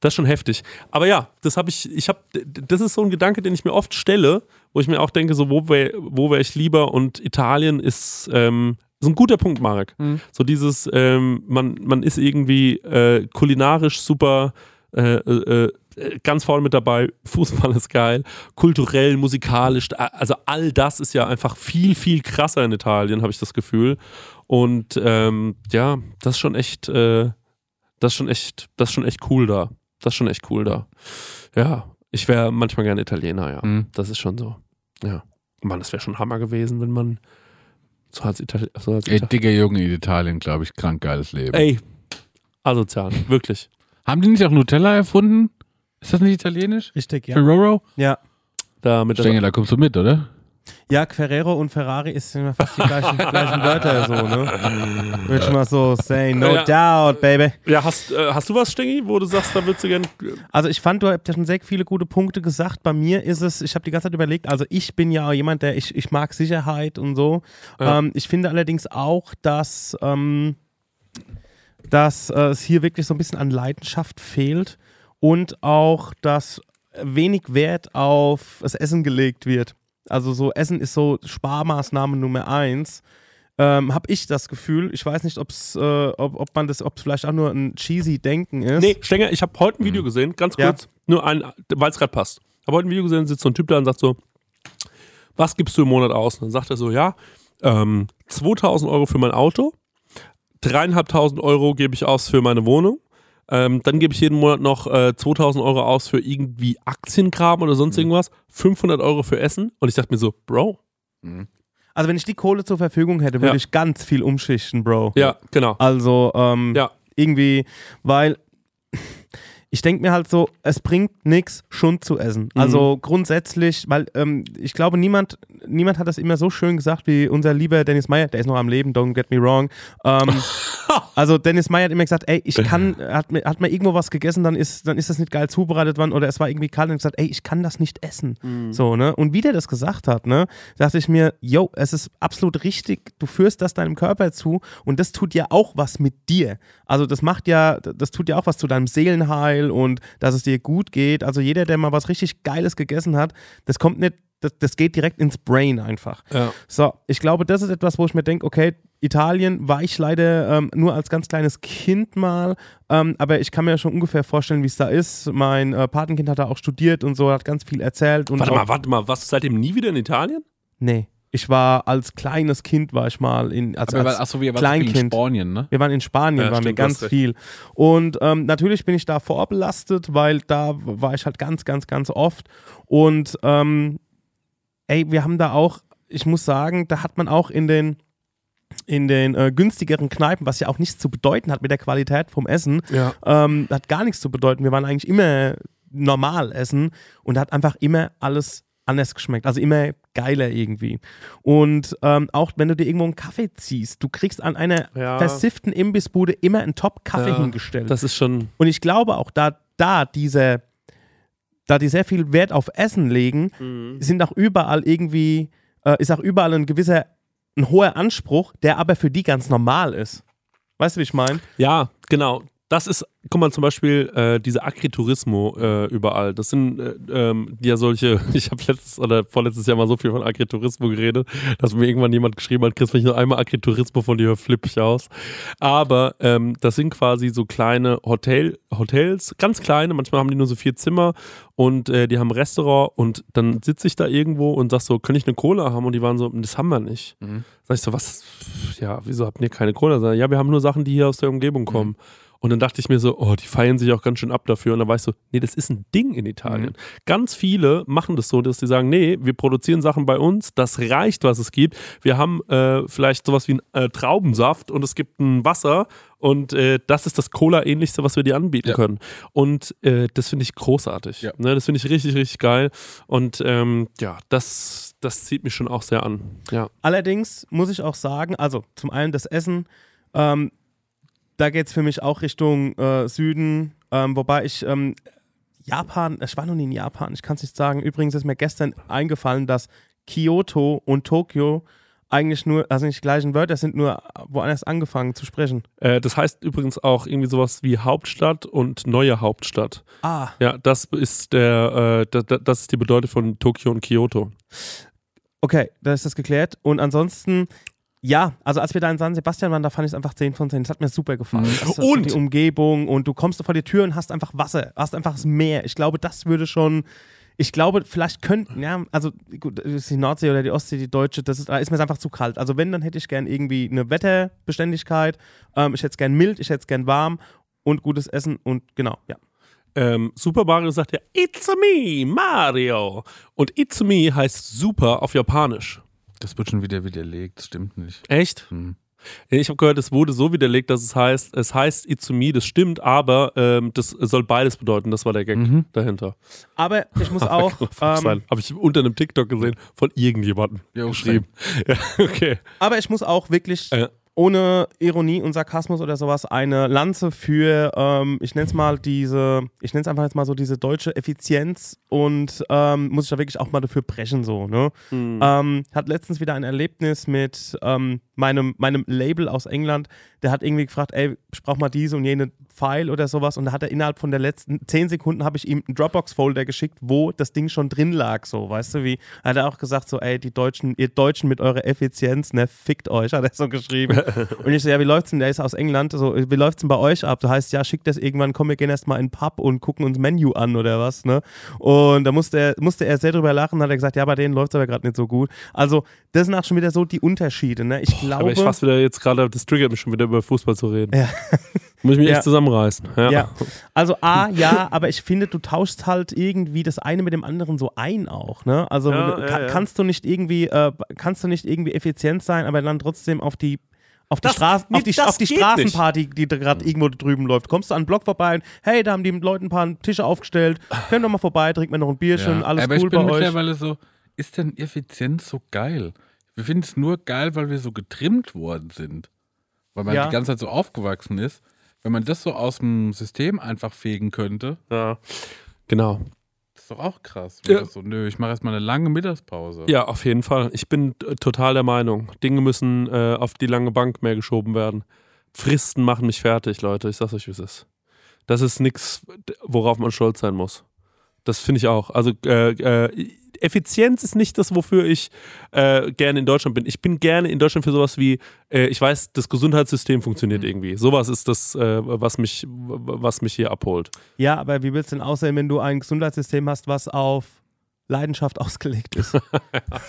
S4: das ist schon heftig. Aber ja, das habe ich, ich habe, das ist so ein Gedanke, den ich mir oft stelle, wo ich mir auch denke, so wo wäre wo wär ich lieber und Italien ist, ähm, ist ein guter Punkt, Marek.
S3: Mhm.
S4: So dieses, ähm, man, man ist irgendwie äh, kulinarisch super, äh, äh, äh, ganz vorne mit dabei, Fußball ist geil, kulturell, musikalisch, a- also all das ist ja einfach viel, viel krasser in Italien, habe ich das Gefühl. Und ähm, ja, das ist schon echt, äh, das ist schon echt, das ist schon echt cool da. Das ist schon echt cool da. Ja, ich wäre manchmal gerne Italiener, ja.
S3: Mhm.
S4: Das ist schon so. Ja. Mann, das wäre schon Hammer gewesen, wenn man so als Italiener. So als
S3: Ey,
S4: Ita
S3: dicker Junge in Italien, glaube ich, krank geiles Leben.
S4: Ey, asozial, wirklich.
S3: Haben die nicht auch Nutella erfunden? Ist das nicht italienisch?
S2: Richtig,
S3: Für
S2: ja.
S3: Roro?
S2: Ja,
S4: Da mit
S3: Ich denke, da kommst du mit, oder?
S2: ja Ferrero und Ferrari ist sind immer fast die gleichen, gleichen Wörter, so, ne? Würde ich mal so say, no doubt, baby.
S4: ja, hast, äh, hast du was, Stengi, wo du sagst, da würdest du äh, gerne.
S2: Also ich fand, du hast ja schon sehr viele gute Punkte gesagt. Bei mir ist es, ich habe die ganze Zeit überlegt, also ich bin ja jemand, der, ich, ich mag Sicherheit und so.
S4: Ja.
S2: Ähm, ich finde allerdings auch, dass, ähm, dass äh, es hier wirklich so ein bisschen an Leidenschaft fehlt und auch, dass wenig Wert auf das Essen gelegt wird. Also so Essen ist so Sparmaßnahme Nummer eins. Ähm, habe ich das Gefühl. Ich weiß nicht, ob's, äh, ob, ob man das, ob es vielleicht auch nur ein cheesy Denken ist.
S4: Nee, Stenger, ich habe heute ein Video gesehen, ganz
S2: Ja.
S4: kurz, nur ein, weil es gerade passt. Habe heute ein Video gesehen, sitzt so ein Typ da und sagt so: Was gibst du im Monat aus? Und dann sagt er so: Ja, ähm, 2000 Euro für mein Auto, 3.500 Euro gebe ich aus für meine Wohnung. Ähm, dann gebe ich jeden Monat noch äh, 2000 Euro aus für irgendwie Aktienkram oder sonst irgendwas, 500 Euro für Essen. Und ich dachte mir so, Bro,
S2: Also wenn ich die Kohle zur Verfügung hätte, würde
S4: Ja.
S2: ich ganz viel umschichten, Bro.
S4: ja, genau.
S2: Also ähm,
S4: Ja.
S2: irgendwie, weil ich denke mir halt so, es bringt nichts, Schund zu essen.
S4: Mhm.
S2: Also grundsätzlich, weil ähm, ich glaube, niemand, niemand hat das immer so schön gesagt wie unser lieber Dennis Meyer, der ist noch am Leben, don't get me wrong. Ähm, Also Dennis Meyer hat immer gesagt, ey, ich kann, er hat, mir- hat mal irgendwo was gegessen, dann ist, dann ist das nicht geil zubereitet worden oder es war irgendwie kalt und hat gesagt, ey, ich kann das nicht essen. So, ne? Und wie der das gesagt hat, ne, dachte ich mir, yo, es ist absolut richtig, du führst das deinem Körper zu und das tut ja auch was mit dir. Also das macht ja, das tut ja auch was zu deinem Seelenheil und dass es dir gut geht. Also jeder, der mal was richtig Geiles gegessen hat, das kommt nicht, das, das geht direkt ins Brain einfach.
S4: Ja.
S2: So, ich glaube, das ist etwas, wo ich mir denke, okay, Italien war ich leider ähm, nur als ganz kleines Kind mal, ähm, aber ich kann mir schon ungefähr vorstellen, wie es da ist. Mein äh, Patenkind hat da auch studiert und so, hat ganz viel erzählt. Und
S4: Warte
S2: auch,
S4: mal, warte mal, warst du seitdem nie wieder in Italien?
S2: Nee, ich war als kleines Kind war ich mal in, als,
S3: Aber weil,
S2: als
S3: achso, wir waren
S2: Kleinkind.
S3: in Spanien, ne?
S2: wir waren in Spanien,
S4: Ja,
S2: waren wir
S4: stimmt,
S2: ganz
S4: hast recht.
S2: viel. Und ähm, natürlich bin ich da vorbelastet, weil da war ich halt ganz, ganz, ganz oft. Und ähm, ey, wir haben da auch, ich muss sagen, da hat man auch in den in den äh, günstigeren Kneipen, was ja auch nichts zu bedeuten hat mit der Qualität vom Essen,
S4: Ja.
S2: ähm, hat gar nichts zu bedeuten. Wir waren eigentlich immer normal essen und hat einfach immer alles anders geschmeckt. Also immer geiler irgendwie. Und ähm, auch wenn du dir irgendwo einen Kaffee ziehst, du kriegst an einer
S4: Ja.
S2: versifften Imbissbude immer einen Top-Kaffee
S4: Ja,
S2: hingestellt.
S4: Das ist schon.
S2: Und ich glaube auch, da, da diese, da die sehr viel Wert auf Essen legen,
S4: Mhm.
S2: sind auch überall irgendwie, äh, ist auch überall ein gewisser, ein hoher Anspruch, der aber für die ganz normal ist. Weißt du, wie ich meine?
S4: Ja, genau. Das ist, guck mal, zum Beispiel äh, diese Agriturismo äh, überall. Das sind äh, ähm, die ja solche, ich habe letztes oder vorletztes Jahr mal so viel von Agriturismo geredet, dass mir irgendwann jemand geschrieben hat, Chris, wenn ich nur einmal Agriturismo von dir höre, flippe ich aus. Aber ähm, das sind quasi so kleine Hotel, Hotels, ganz kleine, manchmal haben die nur so vier Zimmer und äh, die haben ein Restaurant und dann sitze ich da irgendwo und sag so, kann ich eine Cola haben? Und die waren so, das haben wir nicht. Sag ich so, was? Ja, wieso habt ihr keine Cola? Sag ich, Ja, wir haben nur Sachen, die hier aus der
S3: Mhm.
S4: Umgebung kommen. Und dann dachte ich mir so, oh, die feiern sich auch ganz schön ab dafür. Und dann war ich so, nee, das ist ein Ding in Italien.
S3: Mhm.
S4: Ganz viele machen das so, dass die sagen, nee, wir produzieren Sachen bei uns, das reicht, was es gibt. Wir haben äh, vielleicht sowas wie einen äh, Traubensaft und es gibt ein Wasser. Und äh, das ist das Cola-ähnlichste, was wir dir anbieten
S3: Ja.
S4: können. Und äh, das finde ich großartig.
S3: Ja.
S4: Ne, das finde ich richtig, richtig geil. Und ähm, ja, das, das zieht mich schon auch sehr an. Ja.
S2: Allerdings muss ich auch sagen, also zum einen das Essen, ähm, da geht es für mich auch Richtung äh, Süden, ähm, wobei ich ähm, Japan, ich war noch nie in Japan, ich kann es nicht sagen. Übrigens ist mir gestern eingefallen, dass Kyoto und Tokio eigentlich nur, also nicht die gleichen Wörter sind, nur woanders angefangen zu sprechen.
S4: Äh, das heißt übrigens auch irgendwie sowas wie Hauptstadt und neue Hauptstadt.
S2: Ah,
S4: Ja, das ist der, äh, da, da, das ist die Bedeutung von Tokio und Kyoto.
S2: okay, da ist das geklärt. Und ansonsten. Ja, also als wir da in San Sebastian waren, da fand ich es einfach 10 von 10. Das hat mir super gefallen. Das- das-
S4: Und-
S2: die Umgebung und du kommst vor die Tür und hast einfach Wasser, hast einfach das Meer. Ich glaube, das würde schon. Ich glaube, vielleicht könnten, ja, also gut, das ist die Nordsee oder die Ostsee, die Deutsche, das ist, da ist mir einfach zu kalt. Also wenn, dann hätte ich gern irgendwie eine Wetterbeständigkeit, ähm, ich hätte es gern mild, ich hätte es gern warm und gutes Essen und genau, ja.
S4: Ähm, Super Mario sagt ja, It's me, Mario. Und It's me heißt Super auf Japanisch.
S3: Das wird schon wieder widerlegt, stimmt nicht.
S4: Echt?
S3: Hm.
S4: Ich habe gehört, es wurde so widerlegt, dass es heißt, es heißt Itzumi, das stimmt, aber ähm, das soll beides bedeuten. Das war der Gag
S3: Mhm.
S4: dahinter.
S2: Aber ich muss auch, ähm,
S4: Ähm, habe ich unter einem TikTok gesehen von irgendjemandem
S3: Ja, okay.
S4: geschrieben. Ja, okay.
S2: aber ich muss auch wirklich
S4: Äh,
S2: ohne Ironie und Sarkasmus oder sowas eine Lanze für, ähm, ich nenne es mal diese, ich nenne es einfach jetzt mal so diese deutsche Effizienz und ähm, muss ich da wirklich auch mal dafür brechen so, ne? Ähm, hat letztens wieder ein Erlebnis mit ähm, meinem, meinem Label aus England, der hat irgendwie gefragt, ey, ich brauch mal diese und jene File oder sowas und da hat er innerhalb von der letzten 10 Sekunden habe ich ihm einen Dropbox-Folder geschickt, wo das Ding schon drin lag, so, weißt du, wie, hat er auch gesagt so, ey, die Deutschen, ihr Deutschen mit eurer Effizienz, ne, fickt euch, hat er so geschrieben. Und ich so, ja, wie läuft's denn? Der ist aus England. So, wie läuft's denn bei euch ab? Da heißt, ja, schickt das irgendwann, komm, wir gehen erstmal in den Pub und gucken uns Menü an oder was, ne? Und da musste er, musste er sehr drüber lachen, hat er gesagt, ja, bei denen läuft's aber gerade nicht so gut. Also, das sind auch schon wieder so die Unterschiede, ne? Ich glaube.
S4: aber ich fasse wieder jetzt gerade, das triggert mich schon wieder über Fußball zu reden.
S2: Ja.
S4: Muss ich mich
S2: Ja.
S4: echt zusammenreißen. Ja.
S2: ja, also A, ja, aber ich finde, du tauschst halt irgendwie das eine mit dem anderen so ein auch, ne? Also
S4: Ja,
S2: ka-
S4: ja, ja.
S2: kannst du nicht irgendwie, äh, kannst du nicht irgendwie effizient sein, aber dann trotzdem auf die auf die,
S4: Das-
S2: Straß
S4: nee,
S2: auf die,
S4: das
S2: auf die
S4: geht Hm.
S2: Straßenparty, die da gerade irgendwo drüben läuft. Kommst du an den Block vorbei und hey, da haben die Leute ein paar Tische aufgestellt, können doch mal vorbei, trinken wir noch ein Bierchen,
S3: Ja.
S2: alles
S3: Aber
S2: cool
S3: ich bin
S2: bei euch.
S3: mittlerweile so, ist denn Effizienz so geil? Wir finden es nur geil, weil wir so getrimmt worden sind. weil man
S2: Ja.
S3: die ganze Zeit so aufgewachsen ist. Wenn man das so aus dem System einfach fegen könnte,
S4: Ja. Genau.
S3: das ist doch auch krass.
S4: Ja.
S3: Ja. So, nö, ich mache erstmal eine lange Mittagspause.
S4: Ja, auf jeden Fall. Ich bin äh, total der Meinung, Dinge müssen äh, auf die lange Bank mehr geschoben werden. Fristen machen mich fertig, Leute. Ich sag's euch, wie es ist. Das ist nichts, worauf man stolz sein muss. Das finde ich auch. Also äh, äh, Effizienz ist nicht das, wofür ich äh, gerne in Deutschland bin. Ich bin gerne in Deutschland für sowas wie, äh, ich weiß, das Gesundheitssystem funktioniert irgendwie. Sowas ist das, äh, was, mich, w- was mich hier abholt.
S2: Ja, aber wie willst du denn aussehen, wenn du ein Gesundheitssystem hast, was auf Leidenschaft ausgelegt ist?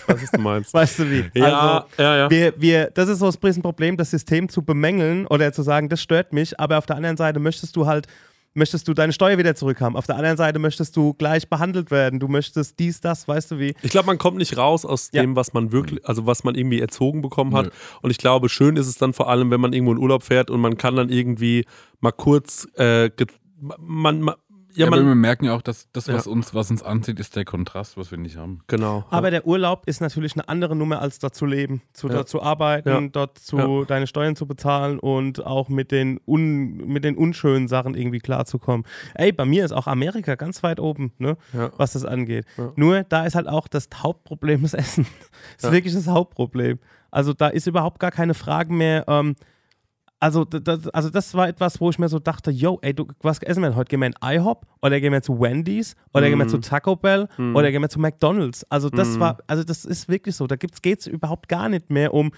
S4: Was ist du meinst? Also,
S2: weißt du wie? Also,
S4: ja, ja, ja.
S2: Wir, wir, das ist so das Riesenproblem, das System zu bemängeln oder zu sagen, das stört mich, aber auf der anderen Seite möchtest du halt, möchtest du deine Steuer wieder zurückhaben, auf der anderen Seite möchtest du gleich behandelt werden, du möchtest dies, das, weißt du wie.
S4: Ich glaube, man kommt nicht raus aus
S2: Ja.
S4: dem, was man wirklich, also was man irgendwie erzogen bekommen hat. Und ich glaube, schön ist es dann vor allem, wenn man irgendwo in Urlaub fährt und man kann dann irgendwie mal kurz, äh, ge- man, man, ja,
S3: Ja, aber wir
S4: man,
S3: merken ja auch, dass das, was,
S4: Ja.
S3: uns, was uns anzieht, ist der Kontrast, was wir nicht haben.
S4: genau.
S2: Aber der Urlaub ist natürlich eine andere Nummer als dort zu leben, zu,
S4: Ja.
S2: dort zu arbeiten,
S4: Ja.
S2: dort zu
S4: Ja.
S2: deine Steuern zu bezahlen und auch mit den, un, mit den unschönen Sachen irgendwie klarzukommen. Ey, bei mir ist auch Amerika ganz weit oben, ne,
S4: Ja.
S2: was das angeht.
S4: Ja.
S2: Nur da ist halt auch das Hauptproblem das Essen. Das ist
S4: Ja.
S2: wirklich das Hauptproblem. Also da ist überhaupt gar keine Frage mehr. Ähm, also, d- das, also das war etwas, wo ich mir so dachte, yo, ey, du, was essen wir denn heute? Gehen wir in IHOP oder gehen wir zu Wendy's oder gehen wir
S4: Mhm.
S2: zu Taco Bell oder gehen wir zu McDonald's? Also das war, also das ist wirklich so. Da geht es überhaupt gar nicht mehr um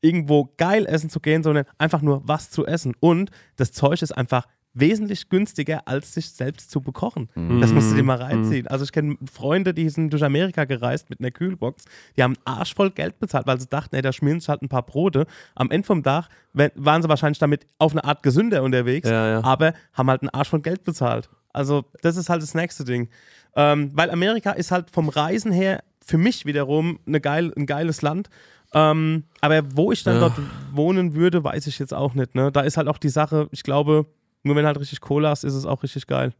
S2: irgendwo geil essen zu gehen, sondern einfach nur was zu essen. Und das Zeug ist einfach wesentlich günstiger, als sich selbst zu bekochen.
S4: Mhm.
S2: Das musst du dir mal reinziehen. Also ich kenne Freunde, die sind durch Amerika gereist mit einer Kühlbox, die haben einen Arsch voll Geld bezahlt, weil sie dachten, ey, da schmieren sich halt ein paar Brote. Am Ende vom Tag wär- waren sie wahrscheinlich damit auf eine Art gesünder unterwegs,
S4: Ja, ja.
S2: aber haben halt einen Arsch voll Geld bezahlt. Also das ist halt das nächste Ding. Ähm, weil Amerika ist halt vom Reisen her für mich wiederum eine geil, ein geiles Land. Ähm, aber wo ich dann
S4: Ja.
S2: dort wohnen würde, weiß ich jetzt auch nicht. Ne? Da ist halt auch die Sache, ich glaube, nur wenn halt richtig Cola ist, ist es auch richtig geil.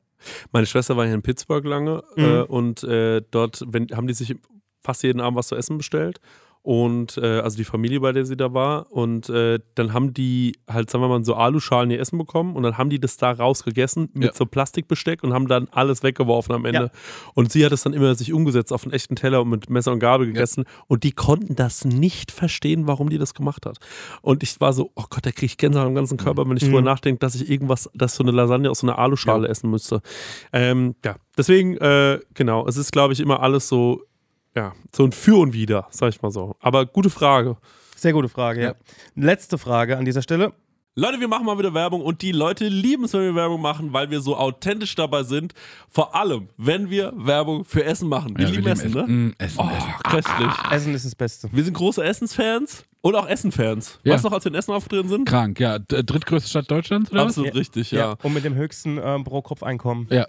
S4: Meine Schwester war hier in Pittsburgh lange äh, und äh, dort wenn, haben die sich fast jeden Abend was zu essen bestellt. Und äh, also die Familie, bei der sie da war. Und äh, dann haben die halt, sagen wir mal, so Aluschalen ihr Essen bekommen und dann haben die das da rausgegessen mit
S3: Ja.
S4: so Plastikbesteck und haben dann alles weggeworfen am Ende.
S2: Ja.
S4: Und sie hat es dann immer sich umgesetzt auf einen echten Teller und mit Messer und Gabel gegessen. Und die konnten das nicht verstehen, warum die das gemacht hat. Und ich war so, oh Gott, da kriege ich Gänsehaut am ganzen Körper, wenn ich drüber nachdenke, dass ich irgendwas, dass so eine Lasagne aus so einer Aluschale essen müsste. Ähm, ja, deswegen, äh, genau, es ist, glaube ich, immer alles so, ja, so ein Für und Wider, sag ich mal so. Aber gute Frage.
S2: Sehr gute Frage, ja.
S3: Ja.
S2: Letzte Frage an dieser Stelle.
S4: Leute, wir machen mal wieder Werbung und die Leute lieben es, wenn wir Werbung machen, weil wir so authentisch dabei sind. Vor allem, wenn wir Werbung für Essen machen. Die
S3: Ja, wir
S4: lieben Essen, ne?
S3: Mm, Essen,
S4: Oh,
S3: Essen.
S4: köstlich.
S2: Essen ist das Beste.
S4: Wir sind große Essensfans und auch Essen-Fans.
S3: Ja.
S4: Weißt du noch, als wir in Essen aufgetreten sind?
S3: Krank, ja. D- Drittgrößte Stadt Deutschlands, oder? was?
S4: Absolut richtig, ja.
S2: Und mit dem höchsten ähm, Pro-Kopf-Einkommen.
S3: Ja.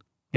S2: Oh.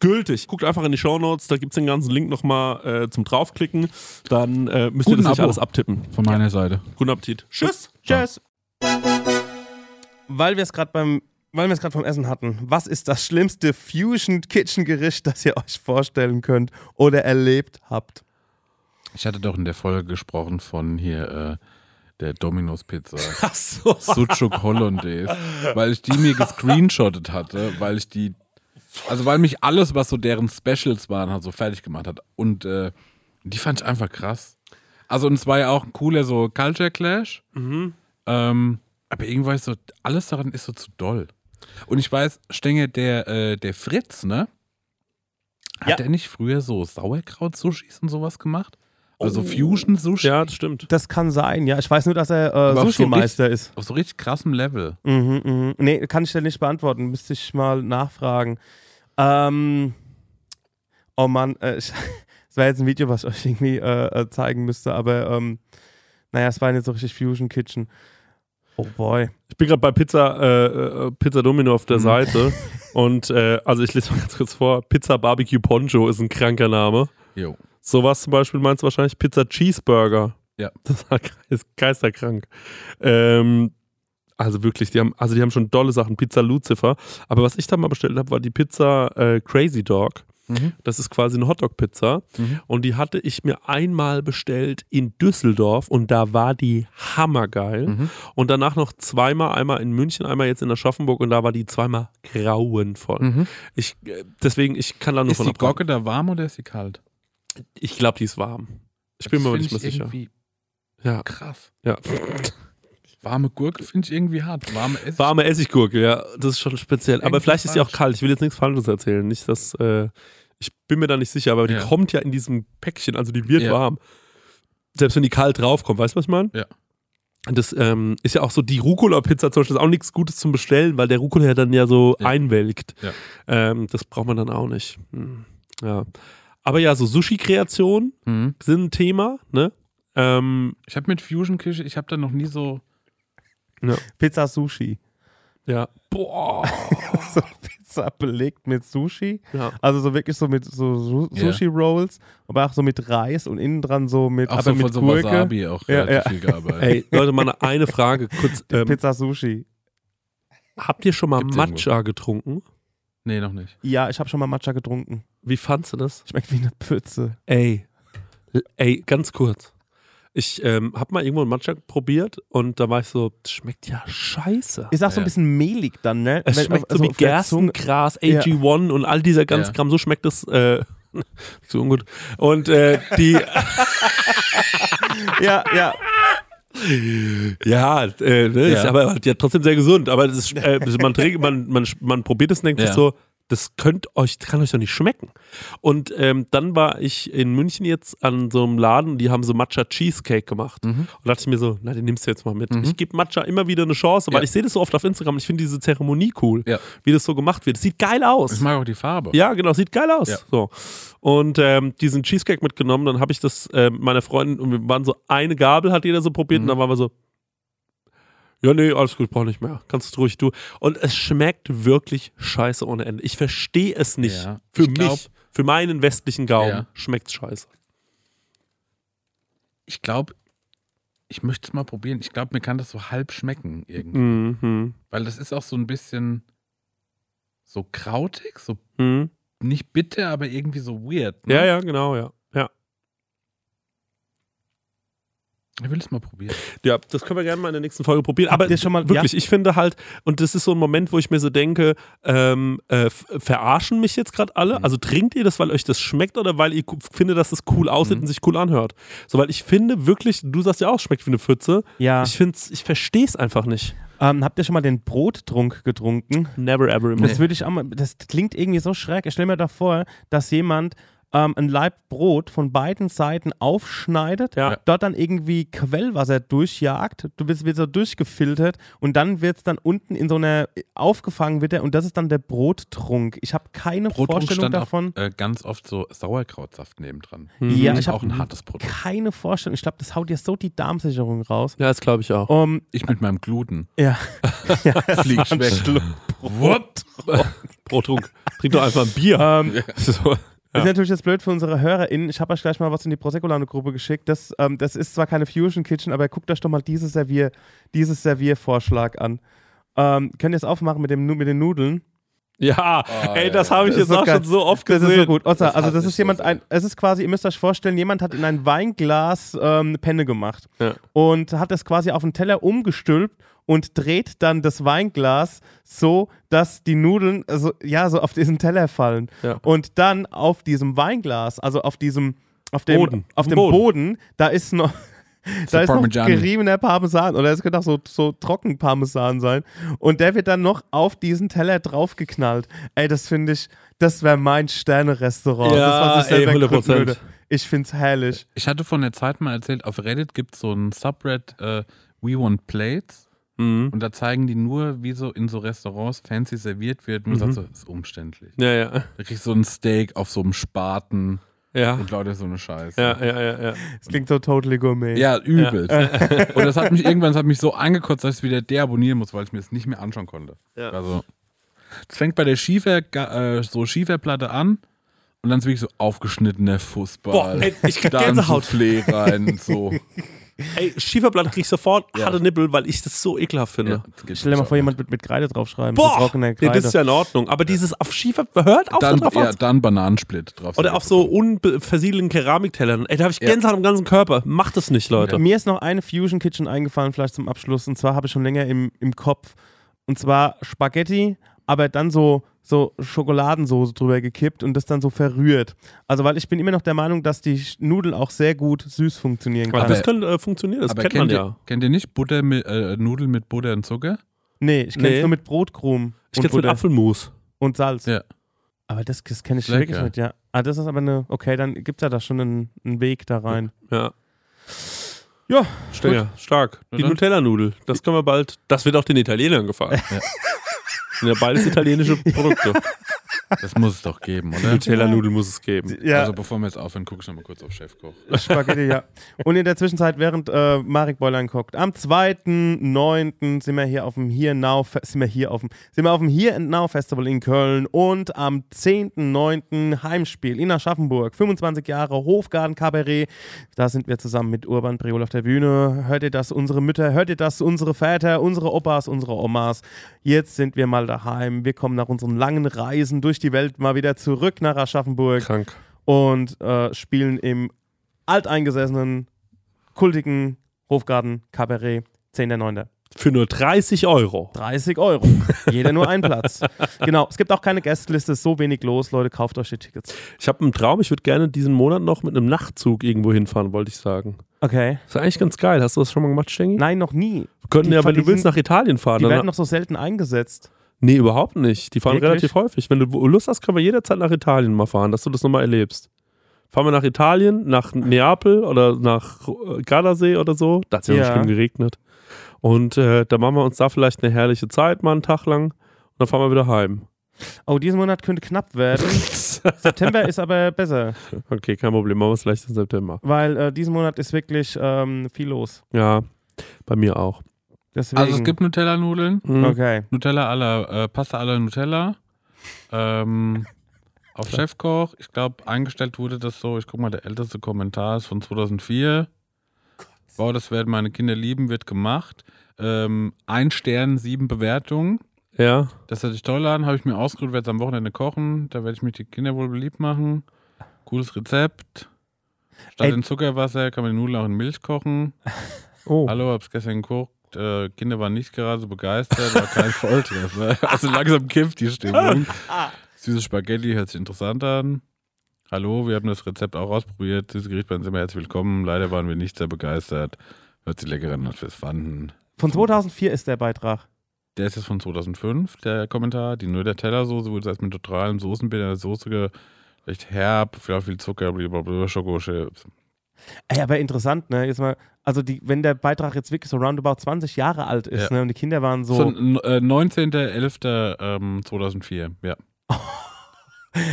S4: gültig. Guckt einfach in die Shownotes, da gibt's den ganzen Link nochmal äh, zum draufklicken. Dann äh, müsst
S3: Guten
S4: ihr das nicht
S3: Abo.
S4: alles abtippen.
S3: Von meiner Seite.
S4: Guten Appetit. Tschüss.
S2: Tschüss. Weil wir es gerade beim weil wir es gerade vom Essen hatten, was ist das schlimmste Fusion Kitchen Gericht, das ihr euch vorstellen könnt oder erlebt habt?
S3: Ich hatte doch in der Folge gesprochen von hier äh, der Domino's Pizza.
S4: Achso.
S3: Sucuk Hollandaise. Weil ich die mir gescreenshottet hatte, weil ich die. Also weil mich alles, was so deren Specials waren, halt so fertig gemacht hat. Und äh, die fand ich einfach krass. Also und es war ja auch ein cooler so Culture Clash. Ähm, aber irgendwie war ich so, alles daran ist so zu doll. Und ich weiß, Stenge, der, äh, der Fritz, ne? Hat
S2: Ja.
S3: er nicht früher so Sauerkraut-Sushis und sowas gemacht? Also Fusion-Sushi?
S4: Ja, das stimmt.
S2: Das kann sein, ja. Ich weiß nur, dass er äh,
S3: Aber auf so
S2: Sushi-Meister ist.
S3: Auf so richtig krassem Level.
S2: Mhm, mhm. Nee, kann ich dir nicht beantworten. Müsste ich mal nachfragen. Ähm, oh Mann, äh, ich- es wäre jetzt ein Video, was ich euch irgendwie äh, äh, zeigen müsste, aber ähm, naja, es war nicht so richtig Fusion Kitchen. Oh boy.
S4: Ich bin gerade bei Pizza, äh, äh, Pizza Domino auf der Seite. Und äh, also ich lese mal ganz kurz vor. Pizza Barbecue Poncho ist ein kranker Name.
S3: Jo.
S4: Sowas zum Beispiel meinst du wahrscheinlich Pizza Cheeseburger.
S3: Ja.
S4: Das ist geisterkrank. Ähm, also wirklich, die haben, also die haben schon dolle Sachen. Pizza Lucifer. Aber was ich da mal bestellt habe, war die Pizza äh, Crazy Dog.
S3: Mhm.
S4: Das ist quasi eine Hotdog-Pizza.
S3: Mhm.
S4: Und die hatte ich mir einmal bestellt in Düsseldorf und da war die hammergeil.
S3: Mhm.
S4: Und danach noch zweimal, einmal in München, einmal jetzt in Aschaffenburg und da war die zweimal grauenvoll.
S3: Mhm.
S4: Ich, äh, deswegen, ich kann da nur
S3: Ist
S4: von
S3: die
S4: abraten.
S3: Gocke da warm oder ist sie kalt?
S4: Ich glaube, die ist warm. Ich bin mir aber nicht mehr sicher. Ja.
S3: Krass.
S4: ja.
S3: Warme Gurke finde ich irgendwie hart. Warme Essig.
S4: Warme Essiggurke, ja, das ist schon speziell. Aber
S3: Irgendwie
S4: vielleicht ist sie auch
S3: falsch.
S4: kalt. Ich will jetzt nichts Falsches erzählen. Nicht, dass, äh, ich bin mir da nicht sicher, aber die
S3: Ja.
S4: kommt ja in diesem Päckchen, also die wird
S3: Ja.
S4: warm. Selbst wenn die kalt draufkommt, weißt du, was ich meine?
S3: Ja.
S4: Das ähm, ist ja auch so, die Rucola-Pizza zum Beispiel ist auch nichts Gutes zum Bestellen, weil der Rucola ja dann ja so
S3: Ja.
S4: einwelkt.
S3: Ja.
S4: Ähm, das braucht man dann auch nicht. Hm. Ja. Aber ja, so Sushi-Kreationen
S3: Mhm.
S4: sind ein Thema, ne? Ähm,
S3: Ich habe mit Fusion Küche, ich habe da noch nie so.
S2: Pizza Sushi.
S4: ja. Boah.
S2: so Pizza belegt mit Sushi.
S4: Ja.
S2: Also so wirklich so mit so Su
S3: Ja.
S2: Sushi Rolls, aber auch so mit Reis und innen dran so mit
S3: Auch
S2: aber
S3: so
S2: mit
S3: von so
S2: Gurke.
S3: Wasabi auch
S2: Ja,
S3: relativ
S2: ja.
S3: viel gearbeitet.
S4: Ey, Leute, mal eine- eine Frage kurz. Ähm,
S2: Äh, Pizza Sushi.
S4: Habt ihr schon mal
S3: Gibt's
S4: Matcha getrunken?
S3: Nee, noch nicht.
S2: Ja, ich habe schon mal Matcha getrunken.
S4: Wie fandst du das?
S2: Schmeckt wie eine Pfütze.
S4: Ey. L- Ey, ganz kurz. Ich ähm, hab mal irgendwo ein Matcha probiert und da war ich so, das schmeckt ja scheiße.
S2: Ist auch so
S3: Ja.
S2: ein bisschen mehlig dann, ne?
S4: Es
S2: Wenn-
S4: schmeckt so
S2: also
S4: wie
S2: auf der Zunge.
S4: Gerstengras,
S2: Ja.
S4: AG1 und all dieser ganze
S3: Ja.
S4: Kram. So schmeckt das. Äh, so ungut. Und äh, die.
S2: Ja, ja.
S4: Ja, äh, ne,
S3: Ja.
S4: Ist aber halt ja trotzdem sehr gesund. Aber das ist, äh, man, trägt, man, man, man probiert es und denkt
S3: Ja.
S4: sich so, das könnt euch, kann euch doch nicht schmecken. Und ähm, dann war ich in München jetzt an so einem Laden, die haben so Matcha Cheesecake gemacht.
S3: Mhm.
S4: Und dachte ich mir so, na, den nimmst du jetzt mal mit. Ich gebe Matcha immer wieder eine Chance, weil
S3: Ja.
S4: ich sehe das so oft auf Instagram und ich finde diese Zeremonie cool,
S3: Ja. Mhm.
S4: wie das so gemacht wird. Sieht geil aus.
S3: Ich mag auch die Farbe.
S4: Ja, genau, sieht geil aus.
S3: Ja.
S4: So. Und ähm, diesen Cheesecake mitgenommen, dann habe ich das ähm, meiner Freundin, und wir waren so, eine Gabel hat jeder so probiert
S3: Mhm.
S4: und dann waren wir so, ja, nee, alles gut, brauch nicht mehr. Kannst du ruhig du. Und es schmeckt wirklich scheiße ohne Ende. Ich verstehe es nicht.
S3: Ja.
S4: Für
S3: Ich
S4: mich,
S3: glaub-
S4: für meinen westlichen Gaumen
S3: Ja.
S4: schmeckt's scheiße.
S3: Ich glaube, ich möchte es mal probieren. Ich glaube, mir kann das so halb schmecken irgendwie.
S4: Mhm.
S3: Weil das ist auch so ein bisschen so krautig, so
S4: Mhm.
S3: nicht bitter, aber irgendwie so weird. Ne?
S4: Ja, ja, genau, ja. ja.
S3: Ich will es mal probieren.
S4: Ja, das können wir gerne mal in der nächsten Folge probieren. Aber
S2: Habt ihr schon mal-
S4: wirklich, ich finde halt, und das ist so ein Moment, wo ich mir so denke, ähm, äh, f- verarschen mich jetzt gerade
S2: Mhm.
S4: alle? Also trinkt ihr das, weil euch das schmeckt oder weil ihr gu- findet, dass es
S2: Mhm.
S4: cool aussieht und sich cool anhört? So, weil ich finde wirklich, du sagst ja auch, es schmeckt wie eine Pfütze.
S2: Ja.
S4: Ich find's, ich verstehe es einfach nicht.
S2: Ähm, habt ihr schon mal den Brottrunk getrunken?
S4: Never ever im
S2: Das würde ich auch mal, das klingt irgendwie so schräg. Ich stelle mir doch vor, dass jemand ähm, ein Laib Brot von beiden Seiten aufschneidet,
S4: Ja.
S2: dort dann irgendwie Quellwasser durchjagt, du bist wird so durchgefiltert und dann wird es dann unten in so einer äh, aufgefangen wird der, und das ist dann der Brottrunk. Ich habe keine
S3: Brotdruck
S2: Vorstellung
S3: stand auch,
S2: davon.
S3: äh, ganz oft so Sauerkrautsaft nebendran.
S2: Ja,
S3: Ist
S2: ich
S3: auch
S2: habe
S3: ein hartes Produkt.
S2: keine Vorstellung. Ich glaube, das haut dir so die Darmsicherung raus.
S4: Ja, das glaube ich auch.
S2: Um,
S3: Ich mit meinem Gluten.
S2: ja. ja.
S3: Fliegt weg. What?
S4: Brottrunk. Trink doch einfach ein Bier.
S2: ähm,
S4: So.
S2: Ist natürlich jetzt blöd für unsere HörerInnen. Ich habe euch gleich mal was in die Prosecco-Laune-Gruppe geschickt. Das, ähm, das ist zwar keine Fusion Kitchen, aber guckt euch doch mal dieses Servier, dieses Serviervorschlag an. Ähm, könnt ihr es aufmachen mit, dem, Nu- mit den Nudeln?
S4: Ja, ey, das habe ich
S2: Ah, Das ist
S4: jetzt auch
S2: so geil.
S4: schon so oft
S2: Das
S4: gesehen.
S2: ist so gut. Ossa,
S3: Das
S2: also
S3: hat
S2: das
S3: nicht
S2: ist jemand,
S3: so
S2: ein, es ist quasi, ihr müsst euch vorstellen, jemand hat in ein Weinglas ähm, eine Penne gemacht
S4: Ja.
S2: und hat das quasi auf den Teller umgestülpt und dreht dann das Weinglas so, dass die Nudeln also, ja, so auf diesen Teller fallen.
S4: Ja.
S2: Und dann auf diesem Weinglas, also auf diesem auf dem
S4: Boden.
S2: auf dem
S4: Boden.
S2: Boden, da ist noch da ist noch
S3: Parmigiani.
S2: geriebener Parmesan oder es könnte auch so, so trocken Parmesan sein und der wird dann noch auf diesen Teller draufgeknallt. Ey, das finde ich, das wäre mein Sterne-Restaurant.
S4: Ja,
S2: das, was ich
S4: ey,
S2: selber gründen
S4: 100%.
S2: würde. Ich find's herrlich.
S3: Ich hatte vor einer Zeit mal erzählt, auf Reddit gibt es so ein Subreddit äh, We Want Plates.
S4: Mhm.
S3: Und da zeigen die nur, wie so in so Restaurants fancy serviert wird. Und man sagt so, das ist umständlich.
S4: Ja, ja.
S3: Da kriegst du so ein Steak auf so einem Spaten
S4: Ja,
S3: und lauter so eine Scheiße.
S4: ja, ja, ja. ja.
S2: Das klingt so totally gourmet.
S3: Ja, übelst. Und das hat mich irgendwann, das hat mich so angekotzt, dass ich es wieder deabonnieren muss, weil ich mir es nicht mehr anschauen konnte.
S4: Ja.
S3: Also, es fängt bei der Schiefer, äh, so Schieferplatte an und dann ist wirklich so aufgeschnittener Fußball.
S4: Boah, ey, ich krieg
S3: Dann
S4: Gänsehaut.
S3: Soufflé rein, so.
S4: Ey, Schieferblatt krieg ich sofort
S3: Ja.
S4: harte Nippel, weil ich das so ekelhaft finde.
S3: Ja, das geht
S2: Also, Stell dir mal
S3: nicht.
S2: vor, jemand wird mit Kreide draufschreiben. so
S4: Boah,
S2: trockener
S4: nee,
S2: Kreide.
S4: das ist ja in Ordnung. Aber dieses auf Schiefer, hört auf,
S3: Dann,
S4: drauf
S3: ja,
S4: auf.
S3: dann Bananensplit drauf.
S4: Oder auf so unversiegelten Keramiktellern. Ey, da habe ich Gänsehaut am ganzen Körper. Macht das nicht, Leute.
S2: Mir ist noch eine Fusion Kitchen eingefallen, vielleicht zum Abschluss. Und zwar habe ich schon länger im, im Kopf. Und zwar Spaghetti, aber dann so, so Schokoladensoße drüber gekippt und das dann so verrührt. Also, weil ich bin immer noch der Meinung, dass die Sch- Nudel auch sehr gut süß funktionieren
S4: Aber
S2: kann.
S4: das kann äh, funktionieren, das
S3: aber
S4: kennt man
S3: kennt, ihr,
S4: ja.
S3: kennt ihr nicht Butter mit, äh, Nudeln mit Butter und Zucker?
S2: nee, ich kenne es
S4: Nee.
S2: nur mit Brotkrumen
S4: Ich
S2: und,
S4: kenn's mit
S2: Butter
S4: Apfelmus.
S2: und Salz.
S3: Ja.
S2: Aber das, das kenne ich
S3: Lecker.
S2: wirklich nicht, ja. Ah, das ist aber eine, okay, dann gibt es ja da schon einen, einen Weg da rein.
S4: Ja.
S2: Ja,
S4: Stark. Ja, stark. Die
S3: dann-
S4: Nutella-Nudel. Das können wir bald. Das wird auch den Italienern gefallen. Ja. Sind ja beides italienische Produkte.
S3: Das muss es doch geben, oder?
S4: Nutella-Nudel muss es geben.
S2: Ja,
S3: Also bevor wir jetzt aufhören, gucke ich nochmal kurz auf Chefkoch.
S2: Spaghetti, ja. Und in der Zwischenzeit, während äh, Marek Boylan guckt, am 2.9. sind wir hier auf dem Here and Now Fe- sind wir hier auf dem sind wir auf dem Here and Now Festival in Köln und am 10.9. Heimspiel in Aschaffenburg, 25 Jahre Hofgarten Cabaret. Da sind wir zusammen mit Urban Priol auf der Bühne. Hört ihr das unsere Mütter, hört ihr das unsere Väter, unsere Opas, unsere Omas. Jetzt sind wir mal daheim. Wir kommen nach unseren langen Reisen durch die Welt mal wieder zurück nach Aschaffenburg
S4: Krank.
S2: und äh, spielen im alteingesessenen, kultigen Hofgarten Cabaret 10.9.
S4: Für nur 30 Euro.
S2: 30 Euro. Jeder nur ein Platz. Genau, es gibt auch keine Gästeliste, ist so wenig los. Leute, kauft euch die Tickets.
S4: Ich habe einen Traum, ich würde gerne diesen Monat noch mit einem Nachtzug irgendwo hinfahren, wollte ich sagen.
S2: Okay.
S4: Ist eigentlich ganz geil. Hast du das schon mal gemacht, Schengi?
S2: Nein, noch nie.
S4: Wir könnten
S2: Die
S4: ja,
S2: ver-
S4: wenn du
S2: die
S4: willst,
S2: sind-
S4: nach Italien fahren.
S2: Die werden
S4: Dann,
S2: noch so selten eingesetzt.
S4: Nee, überhaupt nicht. Die fahren
S2: Wirklich?
S4: relativ häufig. Wenn du Lust hast, können wir jederzeit nach Italien mal fahren, dass du das nochmal erlebst. Fahren wir nach Italien, nach Neapel oder nach äh, Gardasee oder so. Da hat es ja,
S2: Ja.
S4: noch schlimm geregnet. Und äh, da machen wir uns da vielleicht eine herrliche Zeit, mal einen Tag lang. Und dann fahren wir wieder heim.
S2: Oh, diesen Monat könnte knapp werden. September ist aber besser,
S4: okay, kein Problem. Machen wir es vielleicht im September.
S2: weil äh, diesen Monat ist wirklich ähm, viel los.
S4: Ja, bei mir auch.
S2: Deswegen.
S3: Also es gibt Hm. Nutella-Nudeln,
S4: Mhm.
S2: Okay.
S3: Nutella aller, äh, Pasta aller Nutella. Ähm, auf Chefkoch, ich glaube, eingestellt wurde das so, ich guck mal, der älteste Kommentar ist von 2004. Wow, das werden meine Kinder lieben, wird gemacht. Ähm, ein Stern, sieben Bewertungen.
S4: Ja.
S3: Das hört sich toll an, habe ich mir ausgeruht, werde es am Wochenende kochen. Da werde ich mich die Kinder wohl beliebt machen. Cooles Rezept. Statt
S2: Ey.
S3: in Zuckerwasser kann man die Nudeln auch in Milch kochen.
S4: Oh.
S3: Hallo, hab's gestern geguckt. Äh, Kinder waren nicht gerade so begeistert, war kein Volltreffer. Also langsam kippt die Stimmung. Süße Spaghetti hört sich interessant an. Hallo, wir haben das Rezept auch ausprobiert. Süße Gericht bei uns immer herzlich willkommen. Leider waren wir nicht sehr begeistert. Hört sich lecker an, als wir es fanden.
S2: Von 2004 ist der Beitrag.
S3: Der ist jetzt von 2005, der Kommentar. Die Nutella-Soße wurde erst mit neutralen Soßen, in der Soße ge- recht herb, viel, viel Zucker, blablabla, Schokochips.
S2: Ey, aber interessant, ne? Jetzt mal, also die, wenn der Beitrag jetzt wirklich so roundabout 20 Jahre alt ist,
S3: Ja.
S2: ne? Und die Kinder waren so.
S3: So, äh, 19.11.2004, ja.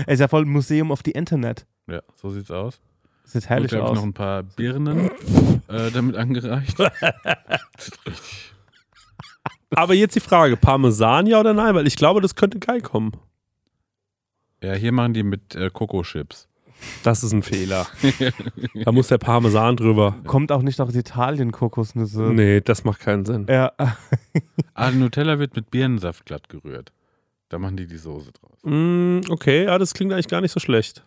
S2: Ey, ist ja voll Museum of the Internet.
S3: Ja, so sieht's aus.
S2: Sieht
S3: Und,
S2: herrlich
S3: glaub ich,
S2: aus.
S3: noch ein paar Birnen äh, damit angereicht.
S4: Aber jetzt die Frage: Parmesan ja oder nein? Weil ich glaube, das könnte geil kommen.
S3: Ja, hier machen die mit äh, Kokoschips.
S4: Das ist ein Fehler. da muss der Parmesan drüber.
S2: Kommt auch nicht aus Italien, Kokosnüsse.
S4: Nee, das macht keinen Sinn.
S2: Ja. äh,
S3: Ah, Nutella wird mit Birnensaft glatt gerührt. Da machen die die Soße draus.
S4: Mm, okay, ja, das klingt eigentlich gar nicht so schlecht.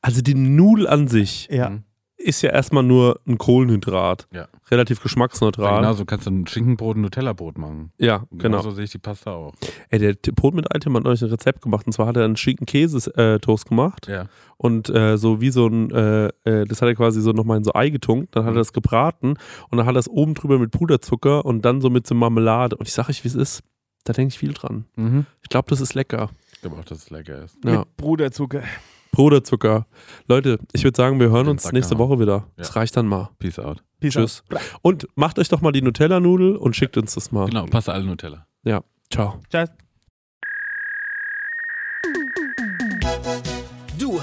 S4: Also die Nudel an sich
S2: ja.
S3: Mhm.
S4: ist ja erstmal nur ein Kohlenhydrat.
S3: Ja.
S4: Relativ
S3: Ja,
S4: geschmacksneutral.
S3: genau, so kannst du ein Schinkenbrot und Nutella-Brot machen.
S4: Ja, genau.
S3: So sehe ich die Pasta auch.
S4: Ey, der T- Brot mit Altem hat neulich ein Rezept gemacht. Und zwar hat er einen Schinken-Käse-Toast gemacht.
S3: Ja.
S4: Und äh, so wie so ein, äh, äh, das hat er quasi so nochmal in so Ei getunkt.
S3: Mhm.
S4: Dann hat er das gebraten und dann hat er es oben drüber mit Puderzucker und dann so mit so Marmelade. Und ich sage euch, wie es ist. Da denke ich viel dran.
S3: Mhm.
S4: Ich glaube, das ist lecker.
S3: Ich glaube auch, dass es lecker ist.
S4: Ja.
S2: Mit äh, Bruderzucker.
S4: Bruderzucker. Leute, ich würde sagen, wir hören
S3: Den
S4: uns
S3: Sack
S4: nächste
S3: gehauen.
S4: Woche wieder.
S3: ne? Ja.
S4: Das reicht dann mal.
S3: Peace out.
S2: Peace out.
S4: Tschüss. Und macht euch doch mal die Nutella-Nudel und schickt uns das mal.
S3: Genau, Pasta alle Nutella.
S4: Ciao.
S2: Ciao.
S1: Du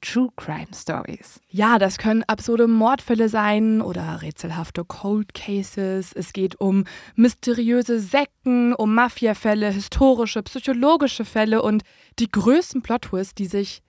S6: True Crime Stories.
S7: ja, das können absurde Mordfälle sein oder rätselhafte Cold Cases. Es geht um mysteriöse Sekten, um Mafiafälle, historische, psychologische Fälle und die größten Plot-Twists, die sich